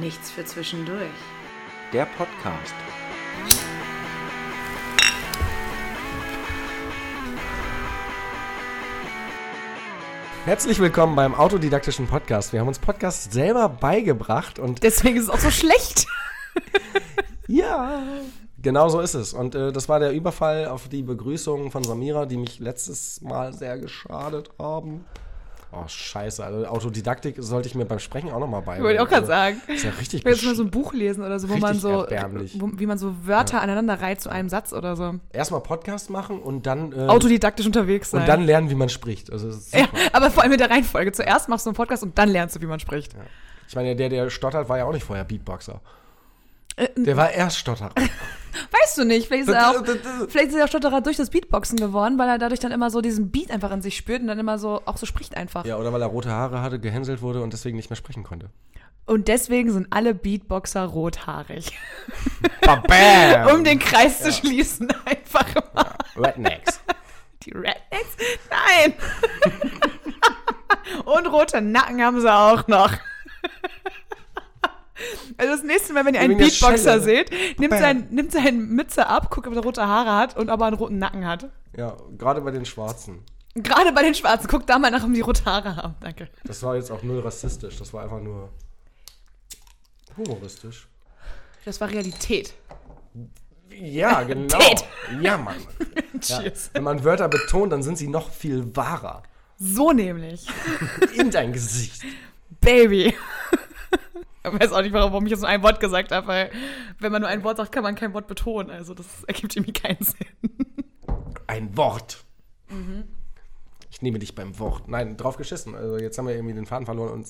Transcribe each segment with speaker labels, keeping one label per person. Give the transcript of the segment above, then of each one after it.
Speaker 1: Nichts für zwischendurch.
Speaker 2: Der Podcast.
Speaker 3: Herzlich willkommen beim autodidaktischen Podcast. Wir haben uns Podcast selber beigebracht und
Speaker 4: Deswegen ist es auch so schlecht.
Speaker 3: ja, genau so ist es. Und äh, das war der Überfall auf die Begrüßung von Samira, die mich letztes Mal sehr geschadet haben. Oh, scheiße. Also Autodidaktik sollte ich mir beim Sprechen auch nochmal beibringen.
Speaker 4: Wollte ich auch gerade
Speaker 3: Also,
Speaker 4: sagen.
Speaker 3: Ist ja richtig
Speaker 4: Ich will jetzt mal
Speaker 3: besch-
Speaker 4: so ein Buch lesen oder so, wo man
Speaker 3: Richtig
Speaker 4: so,
Speaker 3: erbärmlich.
Speaker 4: wo, wie man so Wörter aneinander reiht zu einem Satz oder so.
Speaker 3: Erstmal Podcast machen und dann, äh,
Speaker 4: Autodidaktisch unterwegs sein.
Speaker 3: und dann lernen, wie man spricht. Also, das ist
Speaker 4: ja,
Speaker 3: super.
Speaker 4: aber vor allem mit der Reihenfolge. Zuerst machst du einen Podcast und dann lernst du, wie man spricht.
Speaker 3: Ich meine, der, der stottert, war ja auch nicht vorher Beatboxer.
Speaker 4: Äh,
Speaker 3: Der war erst Stotterer.
Speaker 4: Weißt du nicht, vielleicht ist er auch, vielleicht ist er auch Stotterer durch das Beatboxen geworden, weil er dadurch dann immer so diesen Beat einfach in sich spürt und dann immer so auch so spricht einfach.
Speaker 3: Ja, oder weil er rote Haare hatte, gehänselt wurde und deswegen nicht mehr sprechen konnte.
Speaker 4: Und deswegen sind alle Beatboxer rothaarig.
Speaker 3: Bam!
Speaker 4: Um den Kreis zu schließen, einfach mal.
Speaker 3: Rednecks.
Speaker 4: Die Rednecks? Nein! Und rote Nacken haben sie auch noch. Also das nächste Mal, wenn ihr einen
Speaker 3: Übrigens Schelle.
Speaker 4: Beatboxer seht, nimmt
Speaker 3: Bam.
Speaker 4: sein, nimmt seinen Mütze ab, guckt, ob er rote Haare hat und ob er einen roten Nacken hat.
Speaker 3: Ja, gerade bei den Schwarzen.
Speaker 4: Gerade bei den Schwarzen, guckt da mal nach, ob die rote Haare haben. Danke.
Speaker 3: Das war jetzt auch null rassistisch, das war einfach nur humoristisch.
Speaker 4: Das war Realität.
Speaker 3: Ja, genau.
Speaker 4: Tät.
Speaker 3: Ja, Mann. Ja.
Speaker 4: Cheers.
Speaker 3: Wenn man Wörter betont, dann sind sie noch viel wahrer.
Speaker 4: So nämlich.
Speaker 3: In dein Gesicht.
Speaker 4: Baby. Ich weiß auch nicht, warum ich jetzt nur ein Wort gesagt habe, weil wenn man nur ein Wort sagt, kann man kein Wort betonen. Also das ergibt irgendwie keinen Sinn.
Speaker 3: Ein Wort.
Speaker 4: Mhm.
Speaker 3: Ich nehme dich beim Wort. Nein, drauf geschissen. Also jetzt haben wir irgendwie den Faden verloren und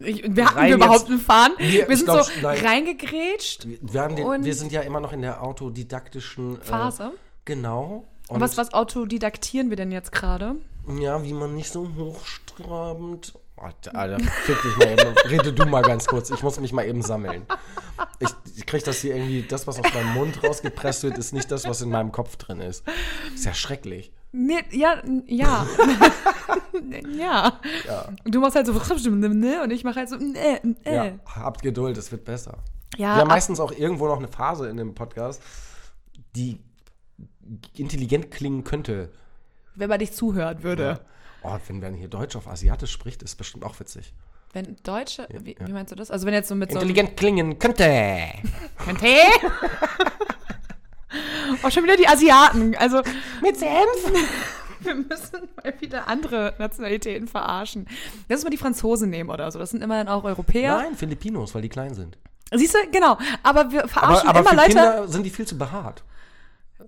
Speaker 4: Ich, wir hatten
Speaker 3: Rein
Speaker 4: wir überhaupt
Speaker 3: jetzt-
Speaker 4: einen Faden.
Speaker 3: Wir-
Speaker 4: Wir,
Speaker 3: ich
Speaker 4: sind
Speaker 3: glaub,
Speaker 4: so
Speaker 3: nein.
Speaker 4: reingegrätscht.
Speaker 3: wir, haben den,
Speaker 4: Und-
Speaker 3: wir sind ja immer noch in der autodidaktischen äh,
Speaker 4: Phase.
Speaker 3: Genau.
Speaker 4: Und was, was autodidaktieren wir denn jetzt gerade?
Speaker 3: Ja, wie man nicht so hochstrabend. Alter, Ah, Alter, fick dich mal eben. Rede du mal ganz kurz. Ich muss mich mal eben sammeln. Ich, ich krieg das hier irgendwie, das, was aus meinem Mund rausgepresst wird, ist nicht das, was in meinem Kopf drin ist. Ist ja schrecklich.
Speaker 4: Nee, ja, n- ja. ja.
Speaker 3: Ja.
Speaker 4: Und Du machst halt so ne, und ich mache halt so ne, ne.
Speaker 3: Ja,
Speaker 4: Ja,
Speaker 3: habt Geduld, es wird besser.
Speaker 4: Ja,
Speaker 3: Wir haben
Speaker 4: ab-
Speaker 3: meistens auch irgendwo noch eine Phase in dem Podcast, die intelligent klingen könnte.
Speaker 4: Wenn man dich zuhört würde.
Speaker 3: Oh, wenn man hier Deutsch auf Asiatisch spricht, ist bestimmt auch witzig.
Speaker 4: Wenn Deutsche, wie, wie meinst du das? Also wenn jetzt so mit so einem-
Speaker 3: Intelligent klingen könnte.
Speaker 4: Kante? Auch Oh, schon wieder die Asiaten. Also mit Senf. Wir müssen mal wieder andere Nationalitäten verarschen. Lass uns mal die Franzosen nehmen oder so. Das sind immer dann auch Europäer.
Speaker 3: Nein, Filipinos, weil die klein sind.
Speaker 4: Siehst du, genau. Aber wir
Speaker 3: Aber,
Speaker 4: verarschen
Speaker 3: aber für
Speaker 4: immer Leute.
Speaker 3: Kinder sind die viel zu behaart.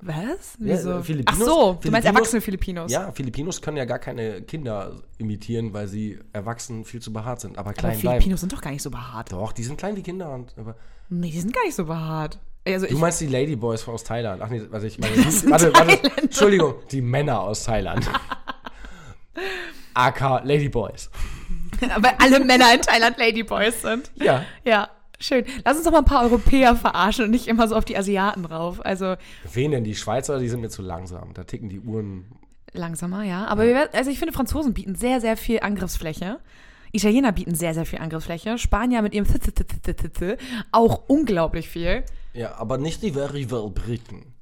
Speaker 4: Was?
Speaker 3: Ja,
Speaker 4: Wieso?
Speaker 3: äh,
Speaker 4: Ach so, du meinst erwachsene Filipinos.
Speaker 3: Ja, Filipinos können ja gar keine Kinder imitieren, weil sie erwachsen viel zu behaart sind, aber
Speaker 4: Aber
Speaker 3: klein bleiben.
Speaker 4: Filipinos sind doch gar nicht so behaart.
Speaker 3: Doch, die sind klein wie Kinder. Und, aber
Speaker 4: Nee, die sind gar nicht so behaart. Also
Speaker 3: du
Speaker 4: ich,
Speaker 3: meinst die Ladyboys aus Thailand? Ach nee, also ich meine,
Speaker 4: sind
Speaker 3: warte, warte,
Speaker 4: Thailänder.
Speaker 3: Entschuldigung, die Männer aus Thailand. AK Ladyboys.
Speaker 4: weil alle Männer in Thailand Ladyboys sind.
Speaker 3: Ja.
Speaker 4: Ja, schön. Lass uns doch mal ein paar Europäer verarschen und nicht immer so auf die Asiaten rauf. Also
Speaker 3: Wen denn? Die Schweizer, die sind mir zu langsam. Da ticken die Uhren.
Speaker 4: Langsamer, ja. Aber wir werden- also ich finde, Franzosen bieten sehr, sehr viel Angriffsfläche. Italiener bieten sehr, sehr viel Angriffsfläche. Spanier mit ihrem auch unglaublich viel.
Speaker 3: Ja, aber nicht die Verival Briten.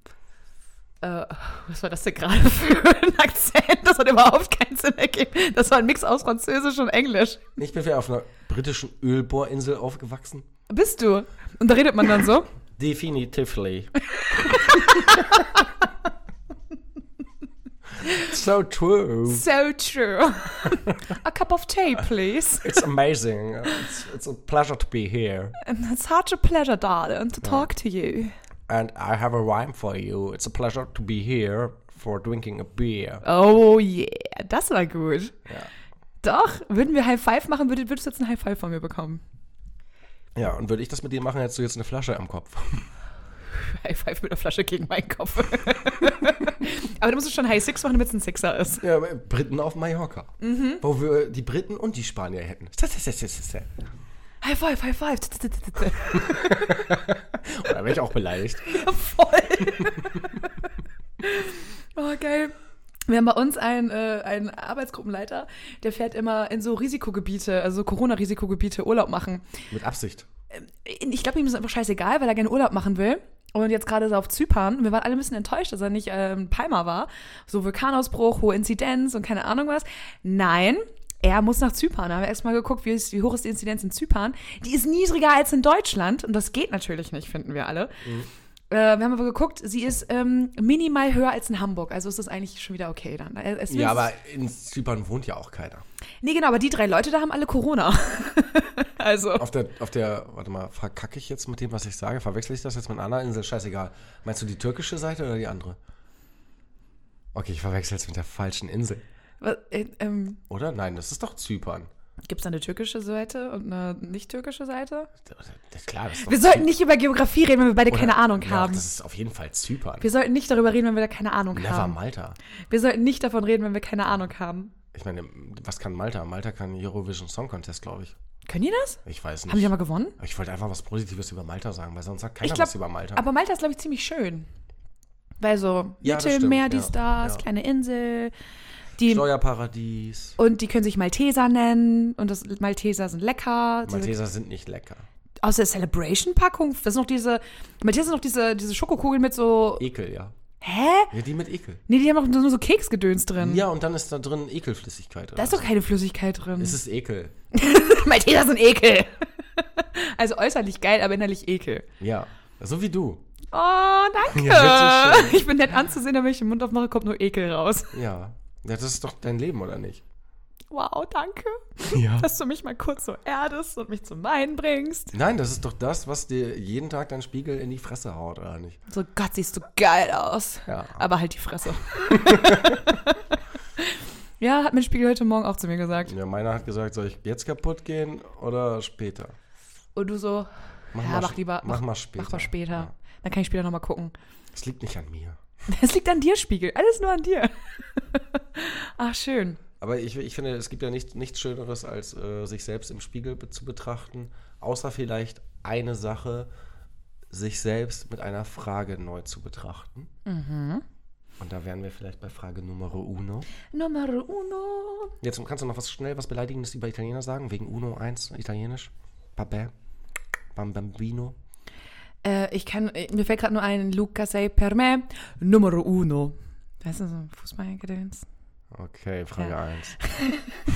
Speaker 4: Äh, was war das denn gerade für ein Akzent? Das hat überhaupt keinen Sinn ergeben. Das war ein Mix aus Französisch und Englisch.
Speaker 3: Ich bin ja auf einer britischen Ölbohrinsel aufgewachsen.
Speaker 4: Bist du? Und da redet man dann so.
Speaker 3: Definitively. so true.
Speaker 4: So true. A cup of tea, please.
Speaker 3: It's amazing. It's, it's a pleasure to be here.
Speaker 4: And it's such a pleasure, darling, to talk to you.
Speaker 3: And I have a rhyme for you. It's a pleasure to be here for drinking a beer.
Speaker 4: Oh yeah, das war gut.
Speaker 3: Ja.
Speaker 4: Doch, würden wir High Five machen, würdest, würdest du jetzt einen High Five von mir bekommen.
Speaker 3: Ja, und würde ich das mit dir machen, hättest du jetzt eine Flasche am Kopf.
Speaker 4: High Five mit einer Flasche gegen meinen Kopf. Aber du musst schon High Six machen, damit es ein Sixer ist.
Speaker 3: Ja, aber Briten auf Mallorca. Wo wir die Briten und die Spanier hätten.
Speaker 4: High Five, High Five. tut, tut, tut, tut.
Speaker 3: Oder wäre ich auch beleidigt.
Speaker 4: Voll. oh, geil. Wir haben bei uns einen, äh, einen Arbeitsgruppenleiter, der fährt immer in so Risikogebiete, also Corona-Risikogebiete Urlaub machen.
Speaker 3: Mit Absicht.
Speaker 4: Äh, ich glaube, ihm ist einfach scheißegal, weil er gerne Urlaub machen will. Und jetzt gerade ist er auf Zypern. Wir waren alle ein bisschen enttäuscht, dass er nicht ähm, Palma war. So Vulkanausbruch, hohe Inzidenz und keine Ahnung was. Nein, er muss nach Zypern. Da haben wir erstmal geguckt, wie, ist, wie hoch ist die Inzidenz in Zypern. Die ist niedriger als in Deutschland. Und das geht natürlich nicht, finden wir alle.
Speaker 3: Mhm.
Speaker 4: Äh, wir haben aber geguckt, sie ist ähm, minimal höher als in Hamburg. Also ist das eigentlich schon wieder okay dann. Er- es-
Speaker 3: Ja, aber in Zypern wohnt ja auch keiner.
Speaker 4: nee, genau, aber die drei Leute da haben alle Corona. also.
Speaker 3: Auf der, auf der, warte mal, verkacke ich jetzt mit dem, was ich sage? Verwechsel ich das jetzt mit einer anderen Insel? Scheißegal. Meinst du die türkische Seite oder die andere? Okay, ich verwechsel es mit der falschen Insel.
Speaker 4: wa- äh, ähm,
Speaker 3: Oder? Nein, das ist doch Zypern.
Speaker 4: Gibt es eine türkische Seite und eine nicht türkische Seite?
Speaker 3: Ja, klar, das ist doch
Speaker 4: Wir sollten nicht über Geografie reden, wenn wir beide
Speaker 3: Oder-
Speaker 4: keine Ahnung
Speaker 3: ja,
Speaker 4: haben.
Speaker 3: Das ist auf jeden Fall Zypern.
Speaker 4: Wir sollten nicht darüber reden, wenn wir da keine Ahnung
Speaker 3: Never
Speaker 4: haben.
Speaker 3: Malta.
Speaker 4: Wir sollten nicht davon reden, wenn wir keine Ahnung haben.
Speaker 3: Ich meine, was kann Malta? Malta kann Eurovision Song Contest, glaube ich.
Speaker 4: Können die das?
Speaker 3: Ich weiß nicht.
Speaker 4: Haben die da mal gewonnen?
Speaker 3: ich wollte einfach was Positives über Malta sagen, weil sonst sagt keiner
Speaker 4: Ich glaub,
Speaker 3: was über Malta.
Speaker 4: Aber Malta ist, glaube ich, ziemlich schön. Weil so
Speaker 3: Ja, das
Speaker 4: Mittelmeer,
Speaker 3: stimmt,
Speaker 4: die
Speaker 3: ja,
Speaker 4: Stars,
Speaker 3: ja.
Speaker 4: kleine Insel. Die,
Speaker 3: Steuerparadies.
Speaker 4: und die können sich Malteser nennen. Und das Malteser sind lecker. Diese-
Speaker 3: Malteser sind nicht lecker.
Speaker 4: Aus der Celebration-Packung. Das sind noch diese. Malteser sind noch diese, diese Schokokugeln mit so.
Speaker 3: Ekel, ja.
Speaker 4: Hä?
Speaker 3: Ja, die mit Ekel.
Speaker 4: Nee, die haben noch nur so Keksgedöns drin.
Speaker 3: Ja, und dann ist da drin Ekelflüssigkeit.
Speaker 4: Da Ähm, ist doch keine Flüssigkeit drin.
Speaker 3: es ist Ekel.
Speaker 4: Malteser sind Ekel. also äußerlich geil, aber innerlich Ekel.
Speaker 3: Ja. So wie du.
Speaker 4: Oh, danke.
Speaker 3: Ja, bitteschön.
Speaker 4: ich bin nett anzusehen, aber wenn ich den Mund aufmache, kommt nur Ekel raus.
Speaker 3: Ja. ja. Das ist doch dein Leben, oder nicht?
Speaker 4: Wow, danke,
Speaker 3: Ja.
Speaker 4: dass du mich mal kurz so erdest und mich zum Weinen bringst.
Speaker 3: Nein, das ist doch das, was dir jeden Tag dein Spiegel in die Fresse haut, oder nicht?
Speaker 4: So, Gott, siehst du geil aus.
Speaker 3: Ja.
Speaker 4: Aber halt die Fresse. ja, hat mein Spiegel heute Morgen auch zu mir gesagt.
Speaker 3: Ja, meiner hat gesagt, soll ich jetzt kaputt gehen oder später?
Speaker 4: Und du so,
Speaker 3: Mach
Speaker 4: ja,
Speaker 3: mal
Speaker 4: mach
Speaker 3: sch-
Speaker 4: lieber.
Speaker 3: mach mal später.
Speaker 4: Mach mal später.
Speaker 3: Ja.
Speaker 4: Dann kann ich später nochmal gucken.
Speaker 3: Es liegt nicht an mir.
Speaker 4: Es liegt an dir, Spiegel. Alles nur an dir. Ach, schön.
Speaker 3: Aber ich, ich finde, es gibt ja nicht, nichts Schöneres, als äh, sich selbst im Spiegel be zu betrachten, außer vielleicht eine Sache, sich selbst mit einer Frage neu zu betrachten.
Speaker 4: Mhm.
Speaker 3: Und da wären wir vielleicht bei Frage Nummer uno.
Speaker 4: Nummer uno.
Speaker 3: Jetzt kannst du noch was schnell was Beleidigendes über Italiener sagen, wegen Uno 1, Italienisch. Babè, Bam Bambino.
Speaker 4: Äh, ich kann, äh, mir fällt gerade nur ein Luca sei per me. Numero uno. Weißt du, so ein Fußballgedöns.
Speaker 3: Okay, Frage
Speaker 4: Ja.
Speaker 3: 1.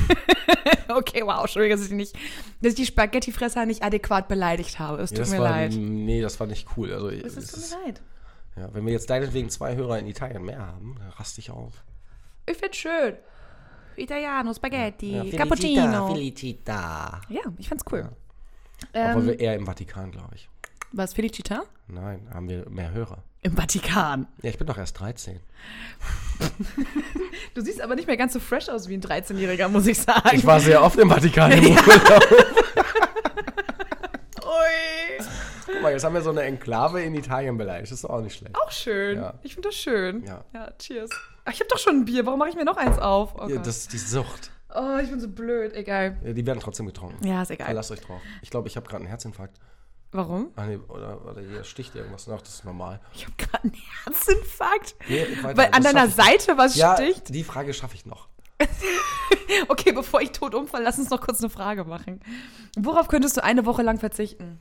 Speaker 4: Okay, wow, Entschuldigung, dass ich, nicht, dass ich die Spaghettifresser nicht adäquat beleidigt habe. Es tut
Speaker 3: das
Speaker 4: mir
Speaker 3: war,
Speaker 4: leid.
Speaker 3: Nee, das war nicht cool. Also,
Speaker 4: Es
Speaker 3: es
Speaker 4: tut
Speaker 3: ist,
Speaker 4: mir leid.
Speaker 3: ja, wenn wir jetzt deinetwegen zwei Hörer in Italien mehr haben, dann raste ich auf.
Speaker 4: Ich find's schön. Italiano, Spaghetti,
Speaker 3: Ja, Felicita,
Speaker 4: Cappuccino.
Speaker 3: Felicita.
Speaker 4: Ja, ich fand's cool.
Speaker 3: Obwohl
Speaker 4: Ähm,
Speaker 3: wir eher im Vatikan, glaube ich.
Speaker 4: was, Felicita?
Speaker 3: Nein, haben wir mehr Hörer.
Speaker 4: Im Vatikan.
Speaker 3: Ja, ich bin doch erst 13.
Speaker 4: Du siehst aber nicht mehr ganz so fresh aus wie ein 13-Jähriger, muss ich sagen.
Speaker 3: Ich war sehr oft im Vatikan im Urlaub.
Speaker 4: Ui,
Speaker 3: Guck mal, jetzt haben wir so eine Enklave in Italien beleidigt. Das ist doch auch nicht schlecht.
Speaker 4: auch schön.
Speaker 3: Ja.
Speaker 4: Ich finde das schön.
Speaker 3: Ja.
Speaker 4: cheers. Ach, ich habe doch schon ein Bier. Warum mache ich mir noch eins auf? Oh,
Speaker 3: Ja,
Speaker 4: Gott.
Speaker 3: das ist die Sucht.
Speaker 4: oh, ich bin so blöd. Egal.
Speaker 3: Ja, Die werden trotzdem getrunken.
Speaker 4: Ja, ist egal.
Speaker 3: Verlasst euch drauf. Ich glaube, ich habe gerade einen Herzinfarkt.
Speaker 4: Warum?
Speaker 3: Ach nee, oder, oder hier sticht irgendwas nach. Das ist normal.
Speaker 4: Ich habe gerade einen Herzinfarkt.
Speaker 3: Nee, weiter,
Speaker 4: Weil an
Speaker 3: das
Speaker 4: deiner
Speaker 3: schaff ich.
Speaker 4: Seite was
Speaker 3: Ja,
Speaker 4: sticht.
Speaker 3: die Frage schaffe ich noch.
Speaker 4: Okay, bevor ich tot umfall, lass uns noch kurz eine Frage machen. Worauf könntest du eine Woche lang verzichten?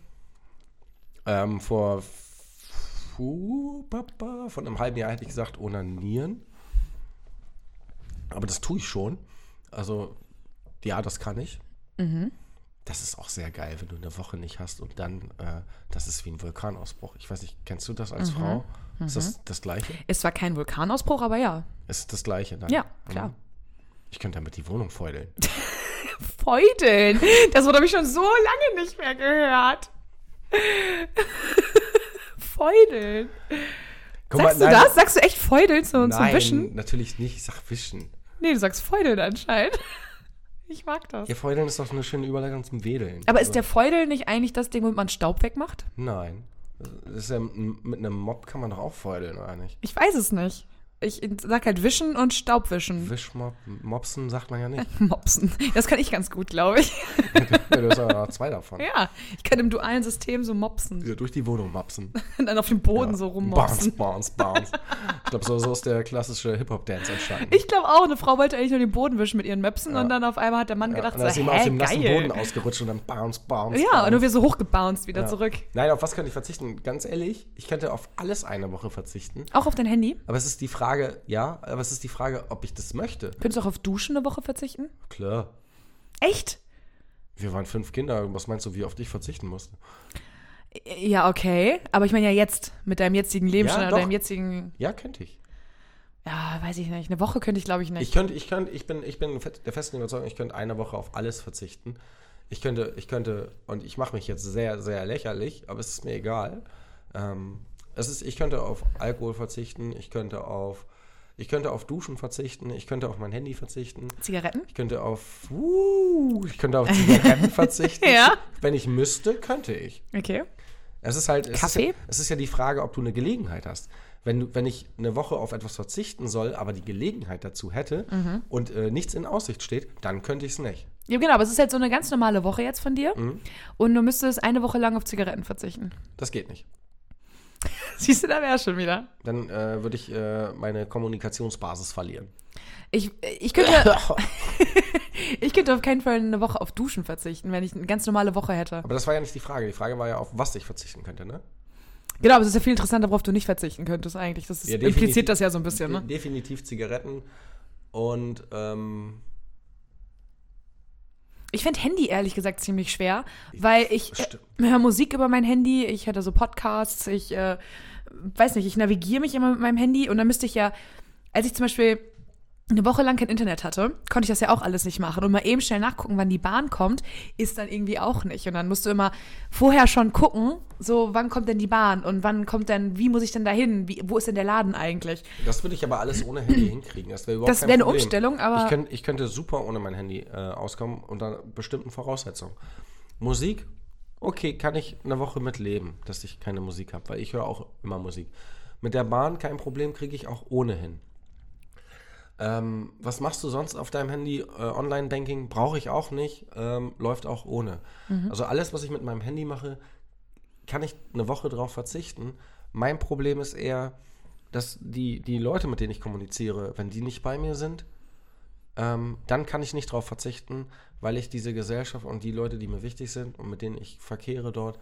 Speaker 3: Ähm, vor f- fu- papa, von einem halben Jahr hätte ich gesagt, onanieren. Aber das tue ich schon. Also, ja, das kann ich.
Speaker 4: Mhm.
Speaker 3: Das ist auch sehr geil, wenn du eine Woche nicht hast und dann, äh, das ist wie ein Vulkanausbruch. Ich weiß nicht, kennst du das als
Speaker 4: Mhm.
Speaker 3: Frau? Ist das das Gleiche?
Speaker 4: Es war kein Vulkanausbruch, aber ja.
Speaker 3: Ist das Gleiche dann?
Speaker 4: Ja, klar.
Speaker 3: Mhm. Ich könnte damit die Wohnung feudeln.
Speaker 4: Feudeln. Das wurde mich schon so lange nicht mehr gehört. Feudeln.
Speaker 3: Guck
Speaker 4: Sagst du
Speaker 3: nein,
Speaker 4: das? Sagst du echt Feudeln zu, zum
Speaker 3: Nein,
Speaker 4: Wischen?
Speaker 3: natürlich nicht. Ich sag Wischen.
Speaker 4: Nee, du sagst Feudeln anscheinend. Ich mag das.
Speaker 3: Ja, Feudeln ist doch eine schöne Überleitung zum Wedeln. Also
Speaker 4: Aber ist der Feudel nicht eigentlich das Ding, womit man Staub wegmacht?
Speaker 3: Nein. Das ist ja, m- mit einem Mob kann man doch auch feudeln, oder nicht?
Speaker 4: Ich weiß es nicht. Ich sag halt Wischen und Staubwischen.
Speaker 3: Wischmob, Mopsen sagt man ja nicht.
Speaker 4: Mopsen. Das kann ich ganz gut, glaube ich.
Speaker 3: ja, du hast aber noch zwei davon.
Speaker 4: Ja, ich kann im dualen System so mopsen.
Speaker 3: Ja, durch die Wohnung mopsen.
Speaker 4: Und dann auf dem Boden
Speaker 3: Ja.
Speaker 4: so rummopsen.
Speaker 3: Bounce, bounce, bounce. Ich glaube, so, so ist der klassische Hip-Hop-Dance entstanden.
Speaker 4: Ich glaube auch, eine Frau wollte eigentlich nur den Boden wischen mit ihren Möpsen und dann auf einmal hat der Mann
Speaker 3: ja,
Speaker 4: gedacht,
Speaker 3: und
Speaker 4: so,
Speaker 3: dann ist
Speaker 4: hä,
Speaker 3: ihm aus dem nassen
Speaker 4: geil.
Speaker 3: Boden ausgerutscht und dann bounce, bounce.
Speaker 4: ja, und
Speaker 3: bounce.
Speaker 4: nur wir so hochgebounced wieder zurück.
Speaker 3: Nein, auf was könnte ich verzichten? Ganz ehrlich, ich könnte auf alles eine Woche verzichten.
Speaker 4: Auch auf dein Handy?
Speaker 3: Aber es ist die Frage, ja, aber es ist die Frage, ob ich das möchte.
Speaker 4: Könntest du auch auf Duschen eine Woche verzichten?
Speaker 3: Klar.
Speaker 4: Echt?
Speaker 3: Wir waren fünf Kinder. Was meinst du, wie auf dich verzichten musste?
Speaker 4: Ja, okay. Aber ich meine ja jetzt, mit deinem jetzigen Lebensstand
Speaker 3: Ja,
Speaker 4: oder
Speaker 3: doch.
Speaker 4: deinem jetzigen.
Speaker 3: Ja, könnte ich.
Speaker 4: Ja, weiß ich nicht. Eine Woche könnte ich, glaube ich, nicht.
Speaker 3: Ich könnte, ich könnte, ich bin, ich bin fest- der festen Überzeugung, ich könnte eine Woche auf alles verzichten. Ich könnte, ich könnte, und ich mache mich jetzt sehr, sehr lächerlich, aber es ist mir egal. Ähm, es ist, ich könnte auf Alkohol verzichten, ich könnte auf, ich könnte auf Duschen verzichten, ich könnte auf mein Handy verzichten,
Speaker 4: Zigaretten?
Speaker 3: ich könnte auf, uh, ich könnte auf Zigaretten verzichten.
Speaker 4: Ja.
Speaker 3: Wenn ich müsste, könnte ich.
Speaker 4: Okay.
Speaker 3: Es ist halt, es,
Speaker 4: Kaffee?
Speaker 3: Ist ja, es ist ja die Frage, ob du eine Gelegenheit hast. Wenn, du- wenn ich eine Woche auf etwas verzichten soll, aber die Gelegenheit dazu hätte
Speaker 4: Mhm.
Speaker 3: und äh, nichts in Aussicht steht, dann könnte ich es nicht.
Speaker 4: Ja, genau. Aber es ist halt so eine ganz normale Woche jetzt von dir.
Speaker 3: Mhm.
Speaker 4: Und du müsstest eine Woche lang auf Zigaretten verzichten.
Speaker 3: Das geht nicht.
Speaker 4: Siehst du, da wäre schon wieder.
Speaker 3: Dann äh, würde ich äh, meine Kommunikationsbasis verlieren.
Speaker 4: Ich, ich, könnte, ich könnte auf keinen Fall eine Woche auf Duschen verzichten, wenn ich eine ganz normale Woche hätte.
Speaker 3: Aber das war ja nicht die Frage. Die Frage war ja, auf was ich verzichten könnte, ne?
Speaker 4: Genau, aber es ist ja viel interessanter, worauf du nicht verzichten könntest eigentlich. Das ist,
Speaker 3: Ja, definitiv.
Speaker 4: impliziert das ja so ein bisschen,
Speaker 3: De-
Speaker 4: ne?
Speaker 3: Definitiv Zigaretten und ähm,
Speaker 4: Ich fände Handy ehrlich gesagt ziemlich schwer, weil ich äh,
Speaker 3: stimmt.
Speaker 4: höre Musik über mein Handy, ich höre da so Podcasts, ich äh, weiß nicht, ich navigiere mich immer mit meinem Handy und dann müsste ich ja, als ich zum Beispiel eine Woche lang kein Internet hatte, konnte ich das ja auch alles nicht machen. Und mal eben schnell nachgucken, wann die Bahn kommt, ist dann irgendwie auch nicht. Und dann musst du immer vorher schon gucken, so wann kommt denn die Bahn und wann kommt denn, wie muss ich denn da hin, wie- wo ist denn der Laden eigentlich?
Speaker 3: das würde ich aber alles ohne Handy hinkriegen. Das wäre überhaupt
Speaker 4: Das
Speaker 3: kein
Speaker 4: wäre eine
Speaker 3: Problem.
Speaker 4: Umstellung, aber-
Speaker 3: Ich, könnt, ich könnte super ohne mein Handy äh, auskommen, unter bestimmten Voraussetzungen. Musik, okay, kann ich eine Woche mit leben, dass ich keine Musik habe, weil ich höre auch immer Musik. Mit der Bahn kein Problem, kriege ich auch ohnehin. Ähm, was machst du sonst auf deinem Handy? Äh, Online-Banking brauche ich auch nicht, ähm, läuft auch ohne.
Speaker 4: Mhm.
Speaker 3: Also alles, was ich mit meinem Handy mache, kann ich eine Woche drauf verzichten. Mein Problem ist eher, dass die, die Leute, mit denen ich kommuniziere, wenn die nicht bei mir sind, ähm, dann kann ich nicht drauf verzichten, weil ich diese Gesellschaft und die Leute, die mir wichtig sind und mit denen ich verkehre dort,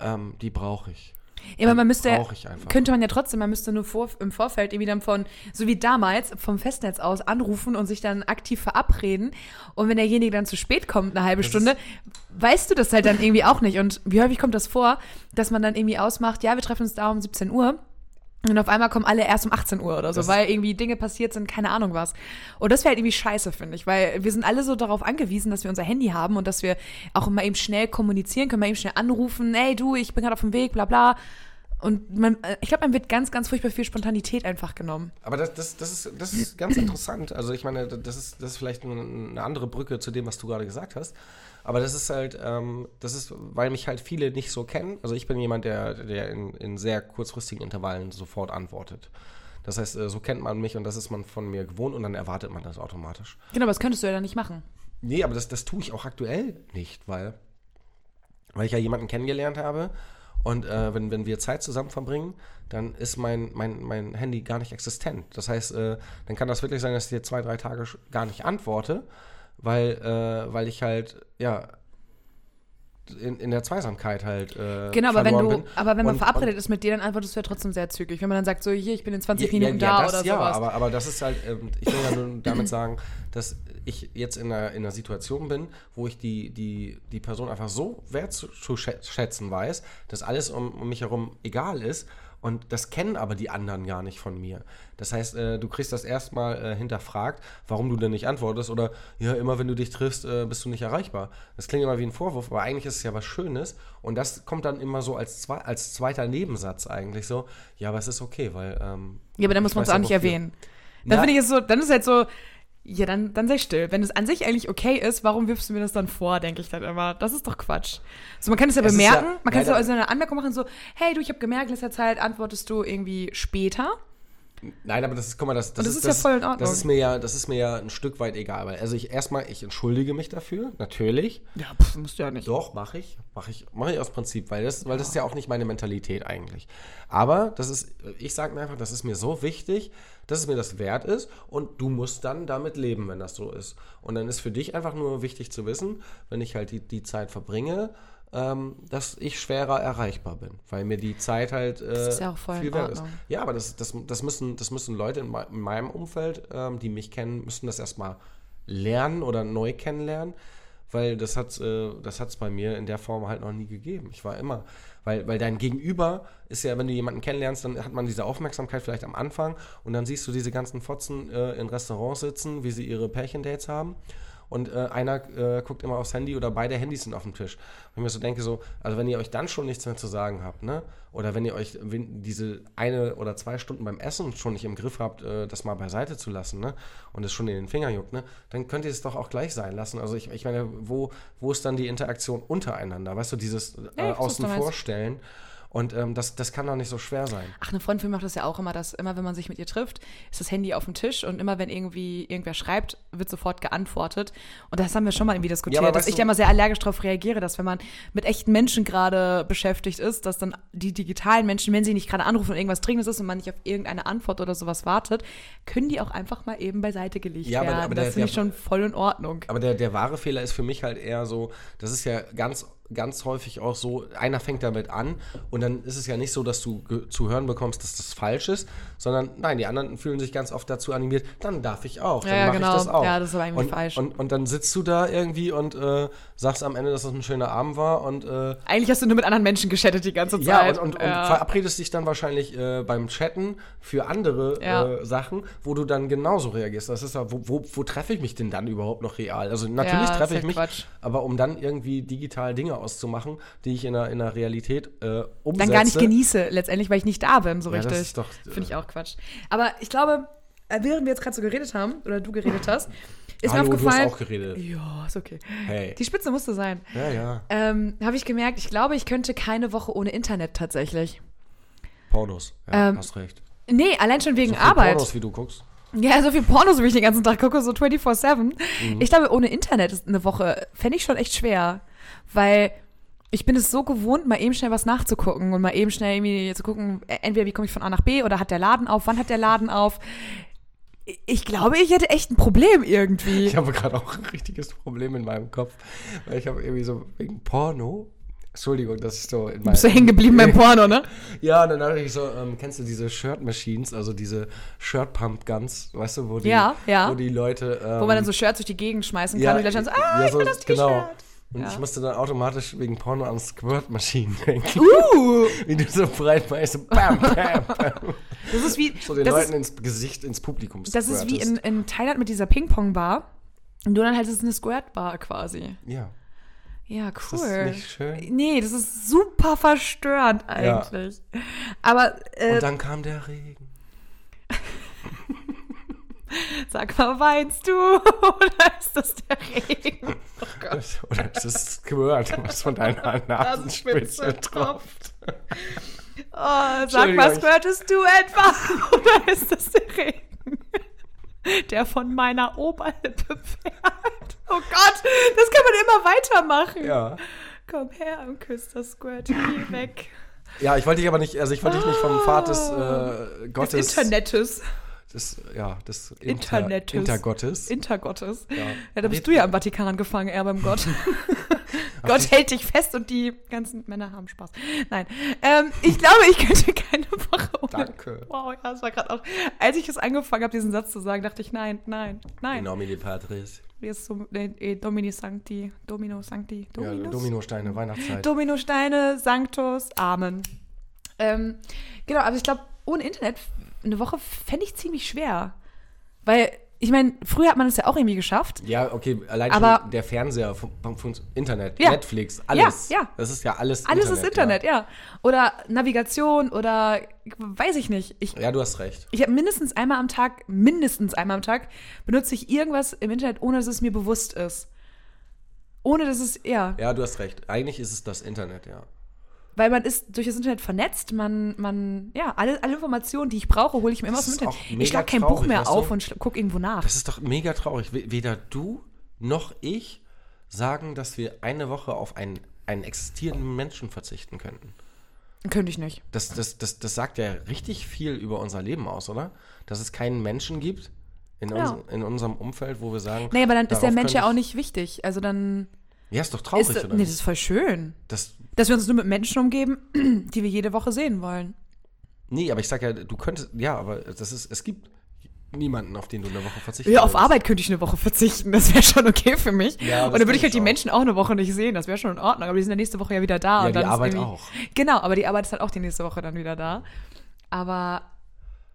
Speaker 3: ähm, die brauche ich.
Speaker 4: Ja, aber man müsste,
Speaker 3: Brauche ich einfach.
Speaker 4: könnte man ja trotzdem, man müsste nur vor, im Vorfeld irgendwie dann von, so wie damals, vom Festnetz aus anrufen und sich dann aktiv verabreden. Und wenn derjenige dann zu spät kommt, eine halbe Stunde, weißt du das halt dann irgendwie auch nicht. Und wie häufig kommt das vor, dass man dann irgendwie ausmacht, ja, wir treffen uns da um 17 Uhr. Und auf einmal kommen alle erst um 18 Uhr oder so,
Speaker 3: Das-
Speaker 4: weil irgendwie Dinge passiert sind, keine Ahnung was. Und das wäre halt irgendwie scheiße, finde ich, weil wir sind alle so darauf angewiesen, dass wir unser Handy haben und dass wir auch mal eben schnell kommunizieren können, mal eben schnell anrufen, hey du, ich bin gerade auf dem Weg, bla bla. Und man, äh, ich glaube, man wird ganz, ganz furchtbar viel Spontanität einfach genommen.
Speaker 3: Aber das, das, das, ist, das ist ganz interessant. Also ich meine, das ist, das ist vielleicht eine, eine andere Brücke zu dem, was du gerade gesagt hast. Aber das ist halt, ähm, das ist, weil mich halt viele nicht so kennen. Also ich bin jemand, der, der in, in sehr kurzfristigen Intervallen sofort antwortet. Das heißt, äh, so kennt man mich und das ist man von mir gewohnt und dann erwartet man das automatisch.
Speaker 4: Genau, aber das könntest du ja dann nicht machen.
Speaker 3: Nee, aber das, das tue ich auch aktuell nicht, weil, weil ich ja jemanden kennengelernt habe. Und äh, wenn, wenn wir Zeit zusammen verbringen, dann ist mein, mein, mein Handy gar nicht existent. Das heißt, äh, dann kann das wirklich sein, dass ich dir zwei, drei Tage sch- gar nicht antworte, weil, äh, weil ich halt, ja, in, in der Zweisamkeit halt. Äh,
Speaker 4: Genau, aber wenn du,
Speaker 3: verloren bin.
Speaker 4: aber wenn man
Speaker 3: Und-
Speaker 4: verabredet ist mit dir, dann antwortest du ja trotzdem sehr zügig. Wenn man dann sagt, so hier, ich bin in 20
Speaker 3: Ja,
Speaker 4: Minuten
Speaker 3: ja, ja,
Speaker 4: da
Speaker 3: das
Speaker 4: oder
Speaker 3: ja,
Speaker 4: sowas.
Speaker 3: Aber, aber das ist halt, ähm, ich will ja nur damit sagen, dass ich jetzt in einer, in einer Situation bin, wo ich die, die, die Person einfach so wertzuschätzen weiß, dass alles um, um mich herum egal ist. Und das kennen aber die anderen gar nicht von mir. Das heißt, äh, du kriegst das erstmal äh, hinterfragt, warum du denn nicht antwortest oder ja, immer wenn du dich triffst, äh, bist du nicht erreichbar. Das klingt immer wie ein Vorwurf, aber eigentlich ist es ja was Schönes. Und das kommt dann immer so als, zwe als zweiter Nebensatz eigentlich so. Ja, aber es ist okay, weil ähm,
Speaker 4: Ja, aber dann muss
Speaker 3: ich
Speaker 4: man es
Speaker 3: weiß ja,
Speaker 4: auch nicht
Speaker 3: wofür.
Speaker 4: erwähnen. Dann
Speaker 3: Na-
Speaker 4: finde ich es so, dann ist halt so, ja, dann, dann sei still. Wenn es an sich eigentlich okay ist, warum wirfst du mir das dann vor, denke ich dann immer. Das ist doch Quatsch. So, man kann es ja
Speaker 3: Es ist
Speaker 4: bemerken,
Speaker 3: ja-
Speaker 4: man kann es ja
Speaker 3: leider-
Speaker 4: also eine Anmerkung machen, so, hey du, ich habe gemerkt, in letzter Zeit antwortest du irgendwie später.
Speaker 3: Nein, aber das ist, guck mal, das, das,
Speaker 4: Und das ist ja voll in Ordnung.
Speaker 3: Das ist mir ja, das ist mir ja ein Stück weit egal. Weil, also ich erstmal, ich entschuldige mich dafür, natürlich.
Speaker 4: Ja, pff, musst du ja nicht.
Speaker 3: Doch, mache ich. Mache ich, mach ich aus Prinzip, weil das, weil das ist ja auch nicht meine Mentalität eigentlich. Aber das ist, ich sage mir einfach, das ist mir so wichtig, dass es mir das wert ist und du musst dann damit leben, wenn das so ist. Und dann ist für dich einfach nur wichtig zu wissen, wenn ich halt die, die Zeit verbringe, ähm, dass ich schwerer erreichbar bin, weil mir die Zeit halt äh,
Speaker 4: ist ja auch voll in Ordnung.
Speaker 3: Ja, aber das, das, das, müssen, das müssen Leute in, mei- in meinem Umfeld, ähm, die mich kennen, müssen das erstmal lernen oder neu kennenlernen, weil das hat es bei mir in der Form halt noch nie gegeben. Ich war immer, weil, weil dein Gegenüber ist ja, wenn du jemanden kennenlernst, dann hat man diese Aufmerksamkeit vielleicht am Anfang und dann siehst du diese ganzen Fotzen äh, in Restaurants sitzen, wie sie ihre Pärchendates haben und äh, einer äh, guckt immer aufs Handy oder beide Handys sind auf dem Tisch. Und ich mir so denke, so, also wenn ihr euch dann schon nichts mehr zu sagen habt, ne? Oder wenn ihr euch wenn diese eine oder zwei Stunden beim Essen schon nicht im Griff habt, äh, das mal beiseite zu lassen, ne? Und es schon in den Finger juckt, ne? Dann könnt ihr es doch auch gleich sein lassen. Also ich, ich meine, wo, wo ist dann die Interaktion untereinander? Weißt du, dieses
Speaker 4: Ja,
Speaker 3: äh,
Speaker 4: ich weiß, was du
Speaker 3: Außen
Speaker 4: meinst.
Speaker 3: vorstellen. Und ähm, das, das kann doch nicht so schwer sein.
Speaker 4: Ach, eine Freundin von mir macht das ja auch immer, dass immer, wenn man sich mit ihr trifft, ist das Handy auf dem Tisch und immer, wenn irgendwie irgendwer schreibt, wird sofort geantwortet. Und das haben wir schon mal irgendwie diskutiert,
Speaker 3: Ja, aber
Speaker 4: dass
Speaker 3: weißt
Speaker 4: ich
Speaker 3: du-
Speaker 4: da immer sehr allergisch darauf reagiere, dass wenn man mit echten Menschen gerade beschäftigt ist, dass dann die digitalen Menschen, wenn sie nicht gerade anrufen und irgendwas Dringendes ist und man nicht auf irgendeine Antwort oder sowas wartet, können die auch einfach mal eben beiseite gelegt
Speaker 3: Ja, aber-
Speaker 4: werden.
Speaker 3: aber
Speaker 4: das
Speaker 3: der-
Speaker 4: finde ich
Speaker 3: der-
Speaker 4: schon voll in Ordnung.
Speaker 3: Aber der, der wahre Fehler ist für mich halt eher so, das ist ja ganz, ganz häufig auch so, einer fängt damit an und dann ist es ja nicht so, dass du ge- zu hören bekommst, dass das falsch ist, sondern nein, die anderen fühlen sich ganz oft dazu animiert, dann darf ich auch, dann
Speaker 4: Ja, ja,
Speaker 3: mache
Speaker 4: genau.
Speaker 3: ich das auch.
Speaker 4: Ja, das ist aber eigentlich
Speaker 3: und,
Speaker 4: falsch.
Speaker 3: Und, und dann sitzt du da irgendwie und äh, sagst am Ende, dass das ein schöner Abend war und äh,
Speaker 4: Eigentlich hast du nur mit anderen Menschen geschattet die ganze Zeit. äh,
Speaker 3: ja, und, und, und
Speaker 4: Ja.
Speaker 3: verabredest dich dann wahrscheinlich äh, beim Chatten für andere
Speaker 4: Ja.
Speaker 3: äh, Sachen, wo du dann genauso reagierst. Das ist ja, wo, wo, wo treffe ich mich denn dann überhaupt noch real? Also natürlich
Speaker 4: Ja,
Speaker 3: treffe
Speaker 4: ist
Speaker 3: ich
Speaker 4: ja
Speaker 3: mich,
Speaker 4: Quatsch.
Speaker 3: aber um dann irgendwie digital Dinge auszumachen, die ich in der, in der Realität äh, umsetze.
Speaker 4: dann gar nicht genieße, letztendlich, weil ich nicht da bin, so
Speaker 3: Ja, das
Speaker 4: richtig.
Speaker 3: ist doch, äh,
Speaker 4: Finde ich auch Quatsch. Aber ich glaube, äh, während wir jetzt gerade so geredet haben, oder du geredet hast, ist
Speaker 3: Hallo,
Speaker 4: mir aufgefallen.
Speaker 3: du hast auch geredet.
Speaker 4: ja, ist okay.
Speaker 3: Hey.
Speaker 4: Die Spitze musste sein.
Speaker 3: Ja, ja.
Speaker 4: Ähm, Habe ich gemerkt, ich glaube, ich könnte keine Woche ohne Internet tatsächlich.
Speaker 3: Pornos. Ja,
Speaker 4: Ähm,
Speaker 3: hast recht.
Speaker 4: Nee, allein schon wegen
Speaker 3: So viel
Speaker 4: Arbeit.
Speaker 3: Pornos, wie du guckst.
Speaker 4: Ja, so viel Pornos, wie ich den ganzen Tag gucke, so 24-7.
Speaker 3: Mhm.
Speaker 4: Ich glaube, ohne Internet ist eine Woche, fände ich schon echt schwer. Weil ich bin es so gewohnt, mal eben schnell was nachzugucken und mal eben schnell irgendwie zu gucken, äh, entweder wie komme ich von A nach B oder hat der Laden auf, wann hat der Laden auf. Ich- Ich glaube, ich hätte echt ein Problem irgendwie.
Speaker 3: Ich habe gerade auch ein richtiges Problem in meinem Kopf, weil ich habe irgendwie so wegen Porno. Entschuldigung, dass ich so in meinem.
Speaker 4: Bist du hängen geblieben beim Porno, ne?
Speaker 3: Ja, und dann dachte ich so, ähm, kennst du diese Shirt Machines, also diese Shirt Pump Guns, weißt du, wo die,
Speaker 4: Ja, ja.
Speaker 3: Wo die Leute. Ähm, äh,
Speaker 4: Wo man dann so Shirts durch die Gegend schmeißen kann und die Leute dann so, ah, ich will das T-Shirt.
Speaker 3: Genau. Und
Speaker 4: Ja.
Speaker 3: ich musste dann automatisch wegen Porno an Squirt Maschinen denken.
Speaker 4: Uh,
Speaker 3: Wie du so breit weißt, so bam, bam, bam.
Speaker 4: das ist wie,
Speaker 3: So den
Speaker 4: das ist
Speaker 3: Leuten ins Gesicht, ins Publikum
Speaker 4: Das ist wie in,
Speaker 3: squirtest.
Speaker 4: in Thailand mit dieser Ping-Pong-Bar. Nur dann halt ist es eine Squirt-Bar quasi.
Speaker 3: Ja.
Speaker 4: Ja, cool.
Speaker 3: das nicht schön?
Speaker 4: Nee, das ist super verstörend eigentlich. Aber äh,
Speaker 3: Und dann kam der Regen.
Speaker 4: sag mal, weinst du oder ist das der Regen? Oh Gott,
Speaker 3: Oder es ist Squirt, was von deiner Nasenspitze
Speaker 4: Nasenspitze
Speaker 3: tropft.
Speaker 4: Oh, sag mal,
Speaker 3: Entschuldigung.
Speaker 4: squirtest du etwa oder ist das der Regen? Der von meiner Oberlippe fährt. Oh Gott, das kann man immer weitermachen.
Speaker 3: Ja.
Speaker 4: Komm her und küsst das Squirt. Geh weg.
Speaker 3: Ja, ich wollte dich aber nicht, also ich wollte dich nicht vom Pfad des äh,
Speaker 4: Des
Speaker 3: Gottes.
Speaker 4: Internettes.
Speaker 3: Des, ja, des Inter,
Speaker 4: Internettes.
Speaker 3: Intergottes.
Speaker 4: Intergottes. Ja.
Speaker 3: Ja.
Speaker 4: da bist du ja am Vatikan gefangen, er beim Gott. Gott hält dich fest und die ganzen Männer haben Spaß. Nein. Ähm, ich glaube, ich könnte keine Woche ohne.
Speaker 3: Danke.
Speaker 4: Wow, ja, das war gerade auch. Als ich es angefangen habe, diesen Satz zu sagen, dachte ich, nein, nein, nein. Genau.
Speaker 3: Nomine Patris.
Speaker 4: eh, Domini Sancti, Domino Sancti,
Speaker 3: Ja,
Speaker 4: Dominus.
Speaker 3: Dominosteine, Weihnachtszeit.
Speaker 4: Dominosteine, Sanctus, Amen. Ähm, genau, aber ich glaube, ohne Internet f- eine Woche fände ich ziemlich schwer. Weil, ich meine, früher hat man es ja auch irgendwie geschafft.
Speaker 3: ja, okay, allein
Speaker 4: Aber-
Speaker 3: schon der Fernseher, vom, vom, vom Internet,
Speaker 4: Ja.
Speaker 3: Netflix, alles.
Speaker 4: Ja, ja.
Speaker 3: Das ist ja alles
Speaker 4: Alles ist Internet,
Speaker 3: Ja.
Speaker 4: ja. Oder Navigation oder weiß ich nicht. Ich,
Speaker 3: ja, du hast recht.
Speaker 4: ich habe mindestens einmal am Tag, mindestens einmal am Tag, benutze ich irgendwas im Internet, ohne dass es mir bewusst ist. Ohne dass es, ja.
Speaker 3: Ja, du hast recht. Eigentlich ist es das Internet, ja.
Speaker 4: Weil man ist durch das Internet vernetzt, man, man, ja, alle, alle Informationen, die ich brauche, hole ich mir immer
Speaker 3: Das
Speaker 4: aus dem
Speaker 3: ist
Speaker 4: Internet.
Speaker 3: auch mega
Speaker 4: Ich schlag kein
Speaker 3: traurig,
Speaker 4: Buch mehr
Speaker 3: weißt
Speaker 4: auf
Speaker 3: du?
Speaker 4: und schla- guck irgendwo nach.
Speaker 3: Das ist doch mega traurig. We- Weder du noch ich sagen, dass wir eine Woche auf einen, einen existierenden Menschen verzichten könnten.
Speaker 4: Könnte ich nicht.
Speaker 3: Das, das, das, das sagt ja richtig viel über unser Leben aus, oder? Dass es keinen Menschen gibt in,
Speaker 4: Ja.
Speaker 3: uns, in unserem Umfeld, wo wir sagen.
Speaker 4: Nee, aber dann ist der
Speaker 3: darauf
Speaker 4: Mensch
Speaker 3: könnte
Speaker 4: ja auch
Speaker 3: ich-
Speaker 4: nicht wichtig. Also dann
Speaker 3: Ja, ist doch traurig,
Speaker 4: ist
Speaker 3: oder?
Speaker 4: nee, das
Speaker 3: nicht?
Speaker 4: ist voll schön,
Speaker 3: Das,
Speaker 4: dass wir uns nur mit Menschen umgeben, die wir jede Woche sehen wollen.
Speaker 3: nee, aber ich sag ja, du könntest. Ja, aber das ist, es gibt niemanden, auf den du eine Woche verzichten
Speaker 4: Ja, auf
Speaker 3: würdest.
Speaker 4: Arbeit könnte ich eine Woche verzichten, das wäre schon okay für mich.
Speaker 3: Ja, das
Speaker 4: und dann würde
Speaker 3: denk
Speaker 4: ich halt
Speaker 3: ich
Speaker 4: die
Speaker 3: auch.
Speaker 4: Menschen auch eine Woche nicht sehen, das wäre schon in Ordnung. Aber die sind ja nächste Woche ja wieder da.
Speaker 3: Ja,
Speaker 4: und dann
Speaker 3: die
Speaker 4: ist
Speaker 3: Arbeit
Speaker 4: irgendwie-
Speaker 3: auch.
Speaker 4: Genau, aber die Arbeit ist halt auch die nächste Woche dann wieder da. Aber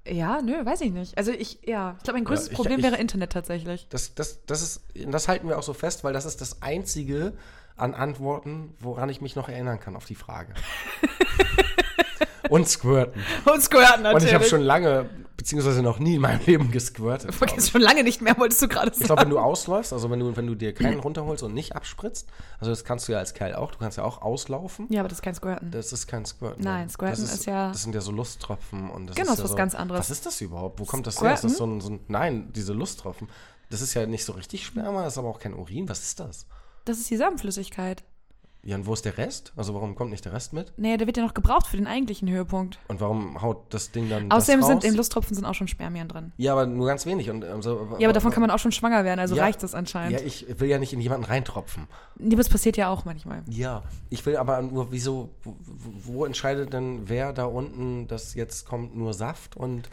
Speaker 4: ja, nö, weiß ich nicht. Also ich, ja, ich glaube, mein größtes
Speaker 3: ich-
Speaker 4: Problem
Speaker 3: ich-
Speaker 4: wäre Internet tatsächlich.
Speaker 3: Das, das, das, ist, das halten wir auch so fest, weil das ist das Einzige an Antworten, woran ich mich noch erinnern kann auf die Frage. Und squirten.
Speaker 4: Und Squirt natürlich.
Speaker 3: Und ich habe schon lange, beziehungsweise noch nie in meinem Leben gesquirtet. glaub
Speaker 4: Vergiss
Speaker 3: Ich,
Speaker 4: schon lange nicht mehr, wolltest du gerade sagen.
Speaker 3: ich glaube, wenn du ausläufst, also wenn du, wenn du dir keinen runterholst und nicht abspritzt, also das kannst du ja als Kerl auch, du kannst ja auch auslaufen.
Speaker 4: ja, aber das ist kein Squirten.
Speaker 3: Das ist kein Squirten. ne?
Speaker 4: Nein,
Speaker 3: Das
Speaker 4: Squirten ist ja-
Speaker 3: Das sind ja so Lusttropfen und das
Speaker 4: Genau,
Speaker 3: ist
Speaker 4: ist
Speaker 3: ja
Speaker 4: was
Speaker 3: so,
Speaker 4: ganz anderes.
Speaker 3: Was ist das überhaupt? Wo kommt das her? Ist das so ein, so ein, nein, diese Lusttropfen. Das ist ja nicht so richtig Sperma, das ist aber auch kein Urin. Was ist das?
Speaker 4: Das ist die Samenflüssigkeit.
Speaker 3: Ja, und wo ist der Rest? Also warum kommt nicht der Rest mit?
Speaker 4: Nee, der wird ja noch gebraucht für den eigentlichen Höhepunkt.
Speaker 3: Und warum haut das Ding dann
Speaker 4: Außerdem
Speaker 3: das raus?
Speaker 4: sind im Lustropfen sind auch schon Spermien drin.
Speaker 3: Ja, aber nur ganz wenig. Und, ähm, so,
Speaker 4: Ja, aber davon kann man auch schon schwanger werden, also
Speaker 3: Ja.
Speaker 4: reicht das anscheinend.
Speaker 3: Ja, ich will ja nicht in jemanden reintropfen.
Speaker 4: nee, aber das passiert ja auch manchmal.
Speaker 3: Ja, ich will aber nur, wieso, wo, wo entscheidet denn wer da unten, dass jetzt kommt nur Saft und,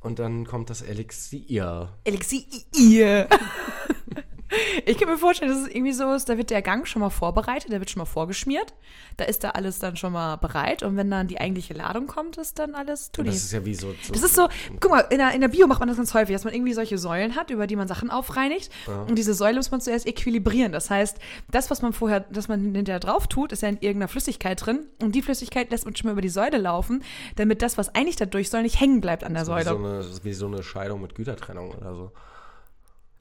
Speaker 3: und dann kommt das Elixier?
Speaker 4: Elixier. Ich kann mir vorstellen, dass es irgendwie so ist, da wird der Gang schon mal vorbereitet, der wird schon mal vorgeschmiert, da ist da alles dann schon mal bereit und wenn dann die eigentliche Ladung kommt, ist dann alles
Speaker 3: Und
Speaker 4: Tulli.
Speaker 3: das ist ja wie so. so
Speaker 4: Das ist so, guck mal, in der, in der Bio macht man das ganz häufig, dass man irgendwie solche Säulen hat, über die man Sachen aufreinigt. Und diese Säule muss man zuerst equilibrieren. Das heißt, das, was man vorher, das man hinterher drauf tut, ist ja in irgendeiner Flüssigkeit drin. Und die Flüssigkeit lässt man schon mal über die Säule laufen, damit das, was eigentlich da durch soll, nicht hängen bleibt an der
Speaker 3: wie
Speaker 4: Säule.
Speaker 3: so, eine, wie so eine Scheidung mit Gütertrennung oder so. ne?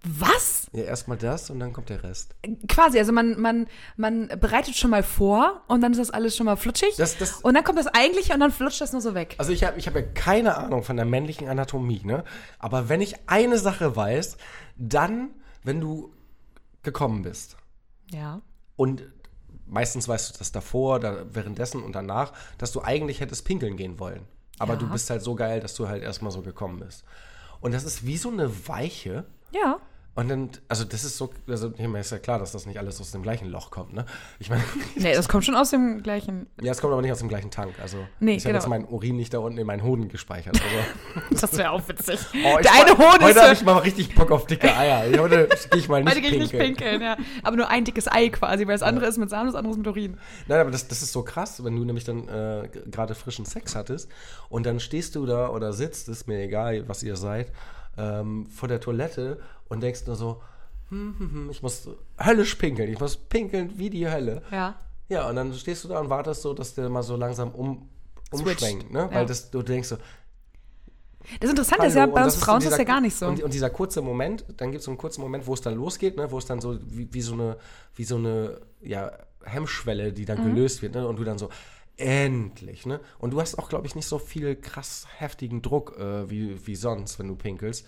Speaker 4: Was?
Speaker 3: Ja, erstmal das und dann kommt der Rest.
Speaker 4: Quasi, also man, man, man bereitet schon mal vor und dann ist das alles schon mal flutschig.
Speaker 3: Das- das-
Speaker 4: und dann kommt das eigentliche und dann flutscht das nur so weg.
Speaker 3: Also ich habe ich hab ja keine Ahnung von der männlichen Anatomie, ne? Aber wenn ich eine Sache weiß, dann, wenn du gekommen bist
Speaker 4: Ja.
Speaker 3: und meistens weißt du das davor, da, währenddessen und danach, dass du eigentlich hättest pinkeln gehen wollen. Aber
Speaker 4: Ja.
Speaker 3: du bist halt so geil, dass du halt erstmal so gekommen bist. Und das ist wie so eine Weiche.
Speaker 4: Ja.
Speaker 3: Und dann, also das ist so, also ich meine, ist ja klar, dass das nicht alles aus dem gleichen Loch kommt, ne? Ich meine,
Speaker 4: Nee, das kommt schon aus dem gleichen.
Speaker 3: ja, es kommt aber nicht aus dem gleichen Tank. Also
Speaker 4: Nee,
Speaker 3: ich habe
Speaker 4: genau.
Speaker 3: jetzt meinen Urin nicht da unten in meinen Hoden gespeichert. Also.
Speaker 4: Das wäre auch witzig.
Speaker 3: Oh, ich
Speaker 4: Der eine
Speaker 3: freu-
Speaker 4: Hoden ist
Speaker 3: Heute
Speaker 4: so-
Speaker 3: habe ich mal richtig Bock auf dicke Eier. Heute gehe ich mal nicht
Speaker 4: Heute gehe ich nicht
Speaker 3: pinkeln.
Speaker 4: pinkeln, ja. Aber nur ein dickes Ei quasi, weil das andere ist mit Samen, das andere ist mit Urin.
Speaker 3: Nein, aber das, das ist so krass, wenn du nämlich dann äh, g- gerade frischen Sex hattest und dann stehst du da oder sitzt, ist mir egal, was ihr seid, ähm, vor der Toilette und denkst nur so, hm, hm, hm, ich muss höllisch pinkeln, ich muss pinkeln wie die Hölle.
Speaker 4: Ja.
Speaker 3: Ja, und dann stehst du da und wartest so, dass der mal so langsam um,
Speaker 4: Switcht.
Speaker 3: umschwenkt, ne?
Speaker 4: Ja.
Speaker 3: Weil das, du denkst so,
Speaker 4: Das Interessante ist
Speaker 3: Hallo,
Speaker 4: ja,
Speaker 3: und
Speaker 4: bei uns
Speaker 3: das ist
Speaker 4: Frauen ist
Speaker 3: dieser-
Speaker 4: das ja gar nicht so.
Speaker 3: Und, und dieser kurze Moment, dann gibt es so einen kurzen Moment, wo es dann losgeht, ne, wo es dann so wie, wie so eine, wie so eine ja, Hemmschwelle, die
Speaker 4: Mhm.
Speaker 3: dann gelöst wird, ne, und du dann so endlich, ne? Und du hast auch, glaube ich, nicht so viel krass heftigen Druck äh, wie, wie sonst, wenn du pinkelst.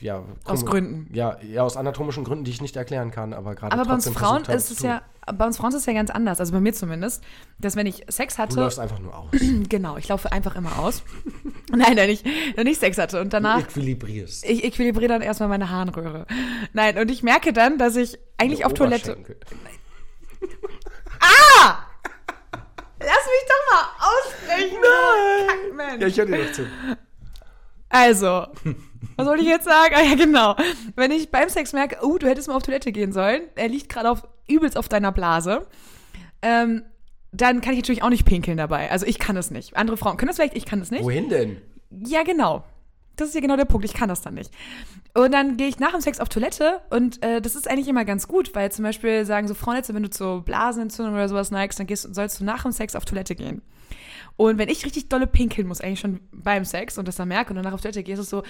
Speaker 3: Ja,
Speaker 4: Aus
Speaker 3: komm-
Speaker 4: Gründen.
Speaker 3: Ja, ja, aus anatomischen Gründen, die ich nicht erklären kann, aber gerade
Speaker 4: aber bei uns
Speaker 3: trotzdem
Speaker 4: Frauen
Speaker 3: versucht habe
Speaker 4: ist
Speaker 3: zu
Speaker 4: es
Speaker 3: tun.
Speaker 4: ja, bei uns Frauen ist es ja ganz anders, also bei mir zumindest, dass wenn ich Sex
Speaker 3: Du
Speaker 4: hatte,
Speaker 3: läufst einfach nur aus.
Speaker 4: genau, ich laufe einfach immer aus. nein, nein, ich, wenn ich Sex hatte und
Speaker 3: Du
Speaker 4: danach
Speaker 3: equilibrierst.
Speaker 4: ich equilibriere dann erstmal meine Harnröhre. Nein, und ich merke dann, dass ich eigentlich auf Toilette.
Speaker 3: Oberschenkel.
Speaker 4: Lass mich doch mal ausrechnen. Nein. Kackmensch.
Speaker 3: Ja, ich höre dir doch zu.
Speaker 4: Also, was wollte ich jetzt sagen? Ah ja, genau. Wenn ich beim Sex merke, oh, du hättest mal auf Toilette gehen sollen, er liegt gerade auf, übelst auf deiner Blase, ähm, dann kann ich natürlich auch nicht pinkeln dabei. Also ich kann das nicht. Andere Frauen können das vielleicht, ich kann das nicht.
Speaker 3: Wohin denn?
Speaker 4: Ja, genau. Das ist ja genau der Punkt. Ich kann das dann nicht. Und dann gehe ich nach dem Sex auf Toilette und äh, das ist eigentlich immer ganz gut, weil zum Beispiel sagen so Frauen jetzt, wenn du zur Blasenentzündung oder sowas neigst, dann gehst, sollst du nach dem Sex auf Toilette gehen. Und wenn ich richtig dolle pinkeln muss, eigentlich schon beim Sex und das dann merke und danach auf Toilette gehe, ist es so,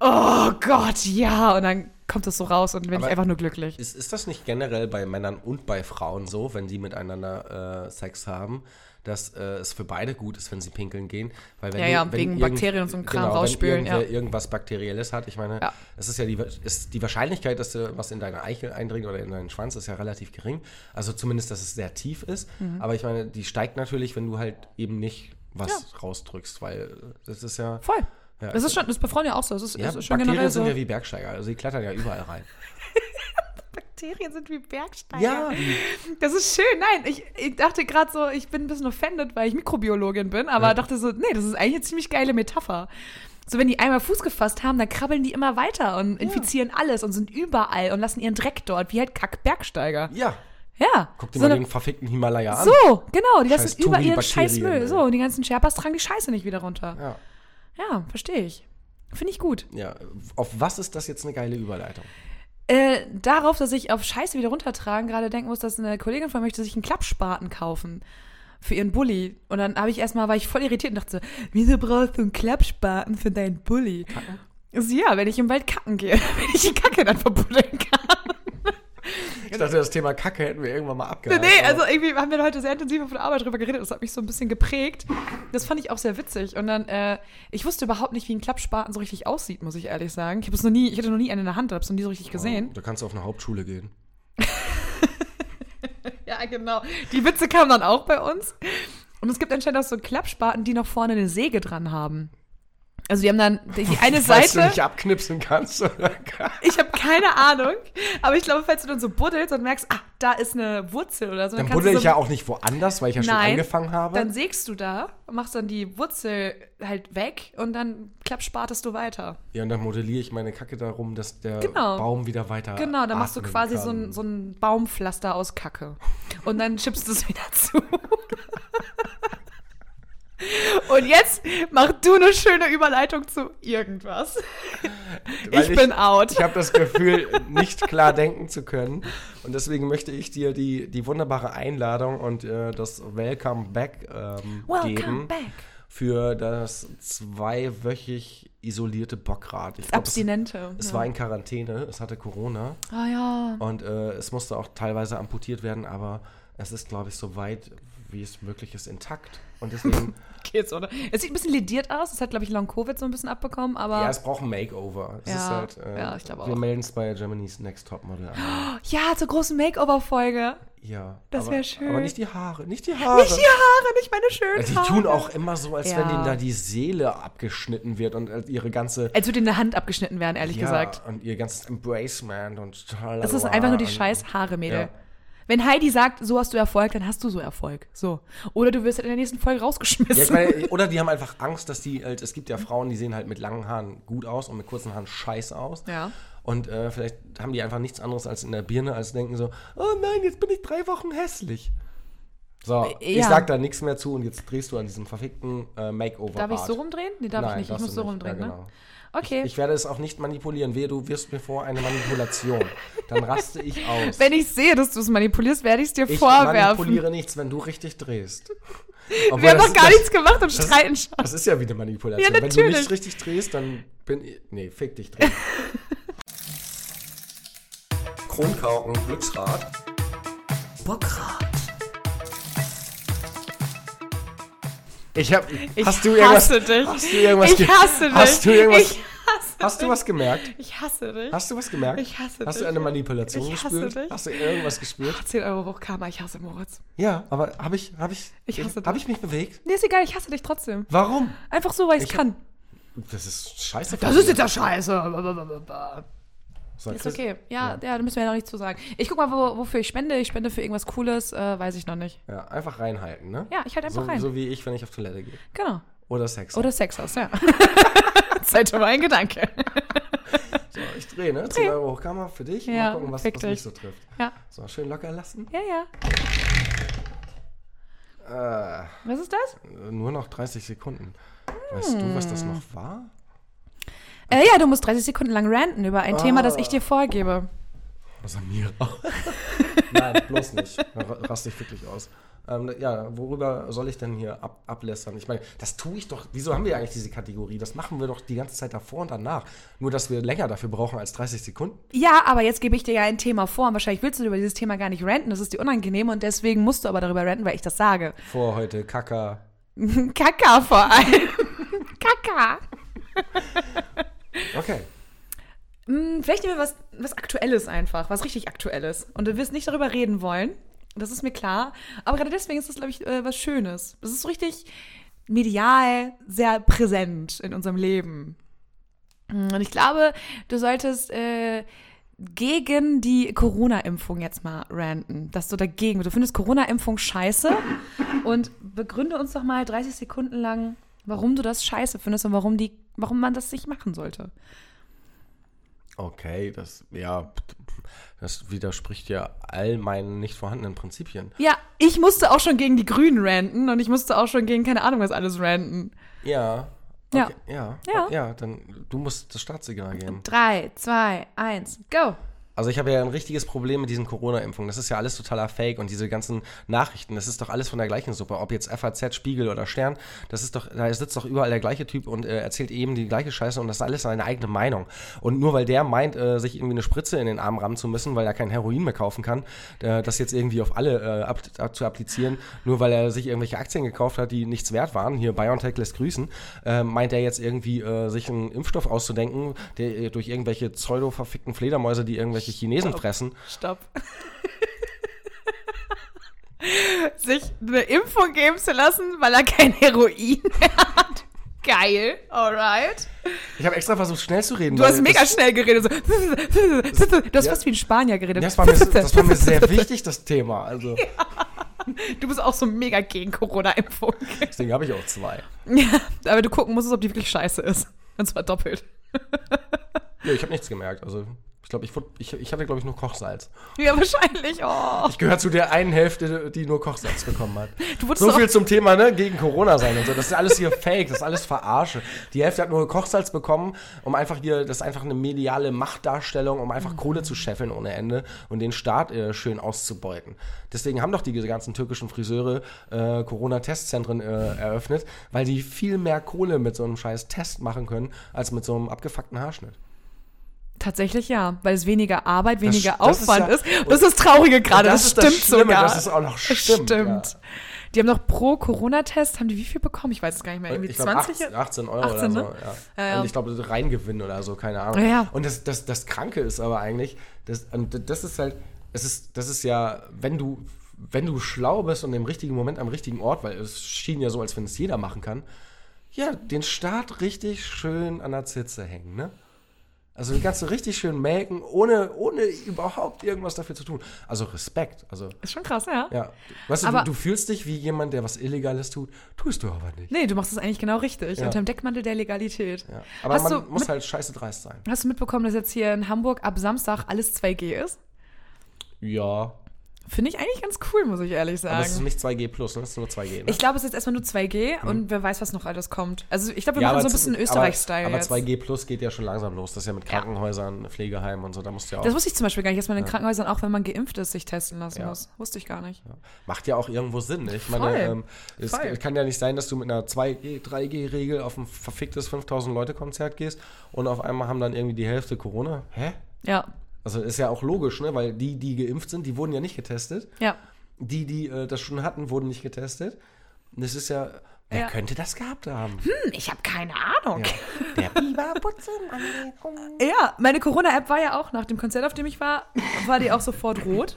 Speaker 4: oh Gott, ja. Und dann kommt das so raus und bin
Speaker 3: Aber
Speaker 4: ich einfach nur glücklich.
Speaker 3: Ist, ist das nicht generell bei Männern und bei Frauen so, wenn die miteinander äh, Sex haben, dass äh, es für beide gut ist, wenn sie pinkeln gehen? Weil wenn
Speaker 4: Ja,
Speaker 3: die-
Speaker 4: ja,
Speaker 3: wenn
Speaker 4: wegen
Speaker 3: irgend-
Speaker 4: Bakterien und so einem Kram
Speaker 3: genau,
Speaker 4: rausspülen,
Speaker 3: Wenn irgendwer
Speaker 4: ja.
Speaker 3: irgendwas Bakterielles hat, ich meine,
Speaker 4: Ja.
Speaker 3: es ist ja die, ist die Wahrscheinlichkeit, dass dir was in deine Eichel eindringt oder in deinen Schwanz, ist ja relativ gering. Also zumindest, dass es sehr tief ist.
Speaker 4: Mhm.
Speaker 3: Aber ich meine, die steigt natürlich, wenn du halt eben nicht was rausdrückst, weil äh, das ist ja.
Speaker 4: Voll.
Speaker 3: Ja, also
Speaker 4: das ist schon, das ist bei Frauen ja auch so. Das ist,
Speaker 3: Ja,
Speaker 4: das ist schon
Speaker 3: Bakterien
Speaker 4: generell so.
Speaker 3: sind ja wie Bergsteiger, also die klettern ja überall rein.
Speaker 4: Bakterien sind wie Bergsteiger.
Speaker 3: ja, die
Speaker 4: Das ist schön. Nein, ich, ich dachte gerade so, ich bin ein bisschen offended, weil ich Mikrobiologin bin, aber dachte so, nee, das ist eigentlich eine ziemlich geile Metapher. So, wenn die einmal Fuß gefasst haben, dann krabbeln die immer weiter und infizieren alles und sind überall und lassen ihren Dreck dort, wie halt Kackbergsteiger.
Speaker 3: ja,
Speaker 4: Ja.
Speaker 3: Guck dir
Speaker 4: so
Speaker 3: mal
Speaker 4: eine-
Speaker 3: den verfickten Himalaya an.
Speaker 4: so, genau, die
Speaker 3: Scheiß
Speaker 4: lassen über ihren
Speaker 3: Touri-Bakterien,
Speaker 4: scheiß Müll.
Speaker 3: ey.
Speaker 4: So, und die ganzen Sherpas tragen die Scheiße nicht wieder runter.
Speaker 3: Ja,
Speaker 4: Ja, verstehe ich. Finde ich gut.
Speaker 3: ja. Auf was ist das jetzt eine geile Überleitung?
Speaker 4: Äh, darauf, dass ich auf Scheiße wieder runtertragen, gerade denken muss, dass eine Kollegin von mir möchte sich einen Klappspaten kaufen für ihren Bulli. Und dann habe ich erstmal, war ich voll irritiert und dachte, so, wieso brauchst du einen Klappspaten für deinen Bulli? Also, ja, wenn ich im Wald kacken gehe, wenn ich die Kacke dann verbuddeln kann.
Speaker 3: Ich dachte, das Thema Kacke hätten wir irgendwann mal abgehakt.
Speaker 4: nee, also irgendwie haben wir heute sehr intensiv auf der Arbeit drüber geredet. Das hat mich so ein bisschen geprägt. Das fand ich auch sehr witzig. Und dann, äh, ich wusste überhaupt nicht, wie ein Klappspaten so richtig aussieht, muss ich ehrlich sagen. Ich habe es noch nie, ich hatte noch nie einen in der Hand, habe es noch nie so richtig gesehen.
Speaker 3: Da kannst du auf eine Hauptschule gehen.
Speaker 4: Ja, genau. Die Witze kamen dann auch bei uns. Und es gibt anscheinend auch so Klappspaten, die noch vorne eine Säge dran haben. Also die haben dann die die eine
Speaker 3: Falls du
Speaker 4: Seite.
Speaker 3: nicht abknipsen kannst. Oder gar-
Speaker 4: Ich habe keine Ahnung. Aber ich glaube, falls du dann so buddelst und merkst, ah, da ist eine Wurzel oder so.
Speaker 3: Dann
Speaker 4: kannst du
Speaker 3: buddel
Speaker 4: so,
Speaker 3: ich ja auch nicht woanders, weil ich ja schon
Speaker 4: Nein.
Speaker 3: angefangen habe.
Speaker 4: Dann sägst du da, machst dann die Wurzel halt weg und dann klappspatest du weiter.
Speaker 3: ja, und dann modelliere ich meine Kacke darum, dass der
Speaker 4: Genau.
Speaker 3: Baum wieder weiter
Speaker 4: Genau, dann machst du
Speaker 3: atmen
Speaker 4: quasi
Speaker 3: kann.
Speaker 4: so ein, so ein Baumpflaster aus Kacke. Und dann schippst du es wieder zu. Und jetzt mach du eine schöne Überleitung zu irgendwas.
Speaker 3: Weil
Speaker 4: ich bin out.
Speaker 3: Ich habe das Gefühl, nicht klar denken zu können. Und deswegen möchte ich dir die, die wunderbare Einladung und äh, das Welcome Back ähm,
Speaker 4: Welcome
Speaker 3: geben.
Speaker 4: back.
Speaker 3: Für das zweiwöchig isolierte Bockrad. Ich
Speaker 4: Das
Speaker 3: glaub,
Speaker 4: Abstinente.
Speaker 3: Es, es
Speaker 4: ja.
Speaker 3: war in Quarantäne, es hatte Corona
Speaker 4: Ah ja.
Speaker 3: und äh, es musste auch teilweise amputiert werden, aber es ist, glaube ich, so weit, wie es möglich ist, intakt. Und deswegen,
Speaker 4: Geht's, oder? Es sieht ein bisschen lediert aus. Es hat, glaube ich, Long-Covid so ein bisschen abbekommen. Aber
Speaker 3: ja,
Speaker 4: ja,
Speaker 3: es braucht ein Makeover. Es
Speaker 4: Ja,
Speaker 3: ist halt, äh,
Speaker 4: ja, ich glaube
Speaker 3: Wir
Speaker 4: auch.
Speaker 3: melden es bei Germany's Next Topmodel an.
Speaker 4: zur großen Makeover-Folge.
Speaker 3: Ja.
Speaker 4: Das
Speaker 3: aber-
Speaker 4: wär schön.
Speaker 3: Aber nicht die Haare, nicht die Haare.
Speaker 4: Nicht die Haare, nicht meine schönen
Speaker 3: Ja, die
Speaker 4: Haare.
Speaker 3: tun auch immer so, als
Speaker 4: Ja.
Speaker 3: wenn denen da die Seele abgeschnitten wird und äh, ihre ganze.
Speaker 4: Als würde dir eine Hand abgeschnitten werden, ehrlich
Speaker 3: ja,
Speaker 4: gesagt.
Speaker 3: Und ihr ganzes Embracement und tralala
Speaker 4: Das ist einfach nur die
Speaker 3: und-
Speaker 4: scheiß Haare, Mädel.
Speaker 3: ah, Ja.
Speaker 4: Wenn Heidi sagt, so hast du Erfolg, dann hast du so Erfolg. So. Oder du wirst halt in der nächsten Folge rausgeschmissen.
Speaker 3: Ja, ich meine, oder die haben einfach Angst, dass die, halt, es gibt ja Frauen, die sehen halt mit langen Haaren gut aus und mit kurzen Haaren scheiße aus.
Speaker 4: Ja.
Speaker 3: Und äh, vielleicht haben die einfach nichts anderes als in der Birne, als denken so, oh nein, jetzt bin ich drei Wochen hässlich. So, ich
Speaker 4: Äh, ja.
Speaker 3: sag da nichts mehr zu und jetzt drehst du an diesem verfickten äh, Makeover.
Speaker 4: darf ich so rumdrehen? Nee, darf
Speaker 3: Nein,
Speaker 4: ich nicht. Ich
Speaker 3: darfst
Speaker 4: muss
Speaker 3: du
Speaker 4: so
Speaker 3: nicht.
Speaker 4: rumdrehen,
Speaker 3: Ja,
Speaker 4: ne?
Speaker 3: genau.
Speaker 4: Okay.
Speaker 3: Ich werde es auch nicht manipulieren. Wehe, du wirst mir vor eine Manipulation. Dann raste ich aus.
Speaker 4: Wenn ich sehe, dass du es manipulierst, werde ich es dir
Speaker 3: ich
Speaker 4: vorwerfen.
Speaker 3: manipuliere nichts, wenn du richtig drehst.
Speaker 4: Wir haben
Speaker 3: das-
Speaker 4: noch gar
Speaker 3: das,
Speaker 4: nichts gemacht und streiten schon.
Speaker 3: Das ist ja wieder Manipulation.
Speaker 4: Ja,
Speaker 3: wenn du
Speaker 4: natürlich.
Speaker 3: nicht richtig drehst, dann bin ich. Nee, fick dich drehen. Kronkauken, Glücksrad. Ich hab.
Speaker 4: Ich
Speaker 3: hast du irgendwas?
Speaker 4: hasse dich.
Speaker 3: Hast du irgendwas?
Speaker 4: Ich
Speaker 3: ge-
Speaker 4: hasse dich.
Speaker 3: Hast du irgendwas?
Speaker 4: Ich hasse
Speaker 3: hast du
Speaker 4: dich.
Speaker 3: was gemerkt?
Speaker 4: Ich hasse dich.
Speaker 3: Hast du was gemerkt?
Speaker 4: Ich hasse
Speaker 3: Hast du
Speaker 4: dich.
Speaker 3: eine Manipulation
Speaker 4: Ich hasse
Speaker 3: gespürt?
Speaker 4: dich.
Speaker 3: Hast du irgendwas gespürt?
Speaker 4: 10 Euro Hochkammer, ich hasse Moritz.
Speaker 3: Ja, aber habe ich, habe ich,
Speaker 4: Ich hasse
Speaker 3: habe
Speaker 4: dich.
Speaker 3: ich mich bewegt?
Speaker 4: Nee, ist egal, ich hasse dich trotzdem.
Speaker 3: Warum?
Speaker 4: Einfach so, weil ich es
Speaker 3: Ich-
Speaker 4: kann.
Speaker 3: Das ist scheiße.
Speaker 4: Das ist jetzt ja scheiße.
Speaker 3: Sag
Speaker 4: Ist
Speaker 3: das.
Speaker 4: okay. Ja, ja, da müssen wir ja noch nichts zu sagen. Ich guck mal, wo, wofür ich spende. Ich spende für irgendwas Cooles, äh, weiß ich noch nicht.
Speaker 3: Ja, einfach reinhalten, ne?
Speaker 4: Ja, ich halt einfach
Speaker 3: so,
Speaker 4: rein.
Speaker 3: So wie ich, wenn ich auf Toilette gehe.
Speaker 4: Genau.
Speaker 3: Oder Sex.
Speaker 4: Oder Sex aus, ja. Seid schon mal ein Gedanke.
Speaker 3: So, ich drehe, ne? 10 Euro Hochkammer für dich.
Speaker 4: Ja,
Speaker 3: Mal gucken, was,
Speaker 4: fick
Speaker 3: was
Speaker 4: dich.
Speaker 3: mich so trifft.
Speaker 4: Ja,
Speaker 3: So, schön locker lassen.
Speaker 4: ja, ja. Was ist das?
Speaker 3: Äh, Nur noch 30 Sekunden. Weißt du, was
Speaker 4: Hm.
Speaker 3: das noch war?
Speaker 4: Äh, ja, du musst 30 Sekunden lang ranten über ein Thema, das ich dir vorgebe.
Speaker 3: Samira. Nein, bloß nicht. Da ra- raste ich wirklich aus. Ähm, ja, worüber soll ich denn hier ab ablässern? Ich meine, das tue ich doch. Wieso haben wir eigentlich diese Kategorie? Das machen wir doch die ganze Zeit davor und danach. Nur, dass wir länger dafür brauchen als 30 Sekunden.
Speaker 4: Ja, aber jetzt gebe ich dir ja ein Thema vor und wahrscheinlich willst du über dieses Thema gar nicht ranten, das ist dir unangenehm und deswegen musst du aber darüber ranten, weil ich das sage.
Speaker 3: Vor heute, Kacker.
Speaker 4: Kaka vor allem. Kaka.
Speaker 3: Okay.
Speaker 4: Hm, Vielleicht nehmen wir was, was Aktuelles einfach, was richtig Aktuelles. Und du wirst nicht darüber reden wollen, das ist mir klar. Aber gerade deswegen ist das, glaube ich, äh, was Schönes. Das ist so richtig medial sehr präsent in unserem Leben. Hm, Und ich glaube, du solltest äh, gegen die Corona-Impfung jetzt mal ranten. Dass du dagegen Du findest Corona-Impfung scheiße. Und begründe uns doch mal 30 Sekunden lang, warum du das scheiße findest und warum, die, warum man das nicht machen sollte.
Speaker 3: Okay, das, ja, das widerspricht ja all meinen nicht vorhandenen Prinzipien.
Speaker 4: Ja, ich musste auch schon gegen die Grünen ranten und ich musste auch schon gegen keine Ahnung was alles ranten.
Speaker 3: Ja.
Speaker 4: Ja.
Speaker 3: Okay, ja.
Speaker 4: Ja.
Speaker 3: Ja, dann du musst das Staatssignal geben.
Speaker 4: Drei, zwei, eins, go.
Speaker 3: Also ich habe ja ein richtiges Problem mit diesen Corona-Impfungen. Das ist ja alles totaler Fake und diese ganzen Nachrichten, das ist doch alles von der gleichen Suppe. Ob jetzt FAZ, Spiegel oder Stern, das ist doch, da sitzt doch überall der gleiche Typ und äh, erzählt eben die gleiche Scheiße und das ist alles seine eigene Meinung. Und nur weil der meint, äh, sich irgendwie eine Spritze in den Arm rammen zu müssen, weil er kein Heroin mehr kaufen kann, äh, das jetzt irgendwie auf alle äh, ab, ab, zu applizieren, nur weil er sich irgendwelche Aktien gekauft hat, die nichts wert waren, hier BioNTech lässt grüßen, äh, meint er jetzt irgendwie, äh, sich einen Impfstoff auszudenken, der äh, durch irgendwelche pseudo-verfickten Fledermäuse, die irgendwelche Chinesen fressen.
Speaker 4: Stopp. Sich eine Impfung geben zu lassen, weil er kein Heroin mehr hat. Geil, alright.
Speaker 3: Ich habe extra versucht, schnell zu reden.
Speaker 4: Du
Speaker 3: weil
Speaker 4: hast mega
Speaker 3: das,
Speaker 4: schnell geredet. So. Du hast
Speaker 3: Ja.
Speaker 4: fast wie ein Spanier geredet.
Speaker 3: das war, mir, das war mir sehr wichtig, das Thema. Also,
Speaker 4: Du bist auch so mega gegen Corona-Impfung.
Speaker 3: deswegen habe ich auch zwei.
Speaker 4: Ja, aber du gucken musstest, ob die wirklich scheiße ist. Und zwar doppelt.
Speaker 3: Ja, ich habe nichts gemerkt. Also, ich glaube, ich, wurde- ich, ich hatte, glaube ich, nur Kochsalz.
Speaker 4: Ja, wahrscheinlich. Oh.
Speaker 3: Ich gehöre zu der einen Hälfte, die nur Kochsalz bekommen hat.
Speaker 4: Du wurdest
Speaker 3: So
Speaker 4: auch-
Speaker 3: viel zum Thema, ne? Gegen Corona sein und so. Das ist alles hier Fake, das ist alles Verarsche. Die Hälfte hat nur Kochsalz bekommen, um einfach hier, das ist einfach eine mediale Machtdarstellung, um einfach Kohle zu scheffeln ohne Ende und den Staat äh, schön auszubeuten. Deswegen haben doch die ganzen türkischen Friseure äh, Corona-Testzentren äh, eröffnet, weil die viel mehr Kohle mit so einem scheiß Test machen können, als mit so einem abgefuckten Haarschnitt.
Speaker 4: Tatsächlich ja, weil es weniger Arbeit, weniger
Speaker 3: das ist
Speaker 4: Aufwand
Speaker 3: ja-
Speaker 4: ist. Das ist das Traurige gerade,
Speaker 3: das
Speaker 4: das,
Speaker 3: ist das
Speaker 4: stimmt
Speaker 3: Schlimme,
Speaker 4: sogar.
Speaker 3: dass es auch noch stimmt, ja.
Speaker 4: Die haben doch pro Corona-Test, haben die wie viel bekommen? Ich weiß es gar nicht mehr. Äh, Irgendwie
Speaker 3: ich glaub,
Speaker 4: 20?
Speaker 3: 18, 18 Euro
Speaker 4: 18,
Speaker 3: oder so.
Speaker 4: ne?
Speaker 3: Ja.
Speaker 4: Ja, ja.
Speaker 3: Und ich glaube, Reingewinn oder so, keine Ahnung.
Speaker 4: Ja, ja.
Speaker 3: Und das, das, das Kranke ist aber eigentlich, das, und das ist halt, es ist, das ist ja, wenn du, wenn du schlau bist und im richtigen Moment am richtigen Ort, weil es schien ja so, als wenn es jeder machen kann, ja, den Start richtig schön an der Zitze hängen, ne? Also den kannst du richtig schön melken, ohne, ohne überhaupt irgendwas dafür zu tun. Also Respekt. Also,
Speaker 4: Ist schon krass, ja.
Speaker 3: ja. Weißt du,
Speaker 4: Aber-
Speaker 3: du, du fühlst dich wie jemand, der was Illegales tut, tust du aber nicht.
Speaker 4: Nee, du machst es eigentlich genau richtig.
Speaker 3: Ja.
Speaker 4: Unter dem Deckmantel der Legalität.
Speaker 3: Ja. Aber
Speaker 4: hast,
Speaker 3: man
Speaker 4: du
Speaker 3: muss
Speaker 4: mit,
Speaker 3: halt scheiße dreist sein.
Speaker 4: hast du mitbekommen, dass jetzt hier in Hamburg ab Samstag alles 2G ist?
Speaker 3: Ja.
Speaker 4: Finde ich eigentlich ganz cool, muss ich ehrlich sagen.
Speaker 3: Aber es ist nicht 2G plus, ne? Es ist nur 2G, ne?
Speaker 4: Ähm, ich glaube, es ist jetzt erstmal nur 2G und wer weiß, was noch alles kommt. Also ich glaube, wir
Speaker 3: ja,
Speaker 4: machen so ein
Speaker 3: aber-
Speaker 4: bisschen
Speaker 3: aber-
Speaker 4: Österreich-Style
Speaker 3: Aber
Speaker 4: jetzt.
Speaker 3: 2G plus geht ja schon langsam los. Das ist ja mit Krankenhäusern, Pflegeheimen und so. Da musst du ja auch.
Speaker 4: Das wusste ich zum Beispiel gar nicht, dass man in Krankenhäusern auch, wenn man geimpft ist, sich testen lassen
Speaker 3: Ja.
Speaker 4: muss. Wusste ich gar nicht.
Speaker 3: macht ja auch irgendwo Sinn, ne? Ich
Speaker 4: Voll.
Speaker 3: meine, ähm, es
Speaker 4: Voll.
Speaker 3: kann ja nicht sein, dass du mit einer 2G, 3G-Regel auf ein verficktes 5000-Leute-Konzert gehst und auf einmal haben dann irgendwie die Hälfte Corona. Hä?
Speaker 4: Ja,
Speaker 3: Also ist ja auch logisch, ne? Weil die, die geimpft sind, die wurden ja nicht getestet.
Speaker 4: ja.
Speaker 3: Die, die äh, das schon hatten, wurden nicht getestet. Und es ist ja. Wer
Speaker 4: Ja.
Speaker 3: könnte das gehabt haben?
Speaker 4: Hm, ich habe keine Ahnung.
Speaker 3: Ja. Der Biber putzen an
Speaker 4: Ja, meine Corona-App war ja auch nach dem Konzert, auf dem ich war, war die auch sofort rot.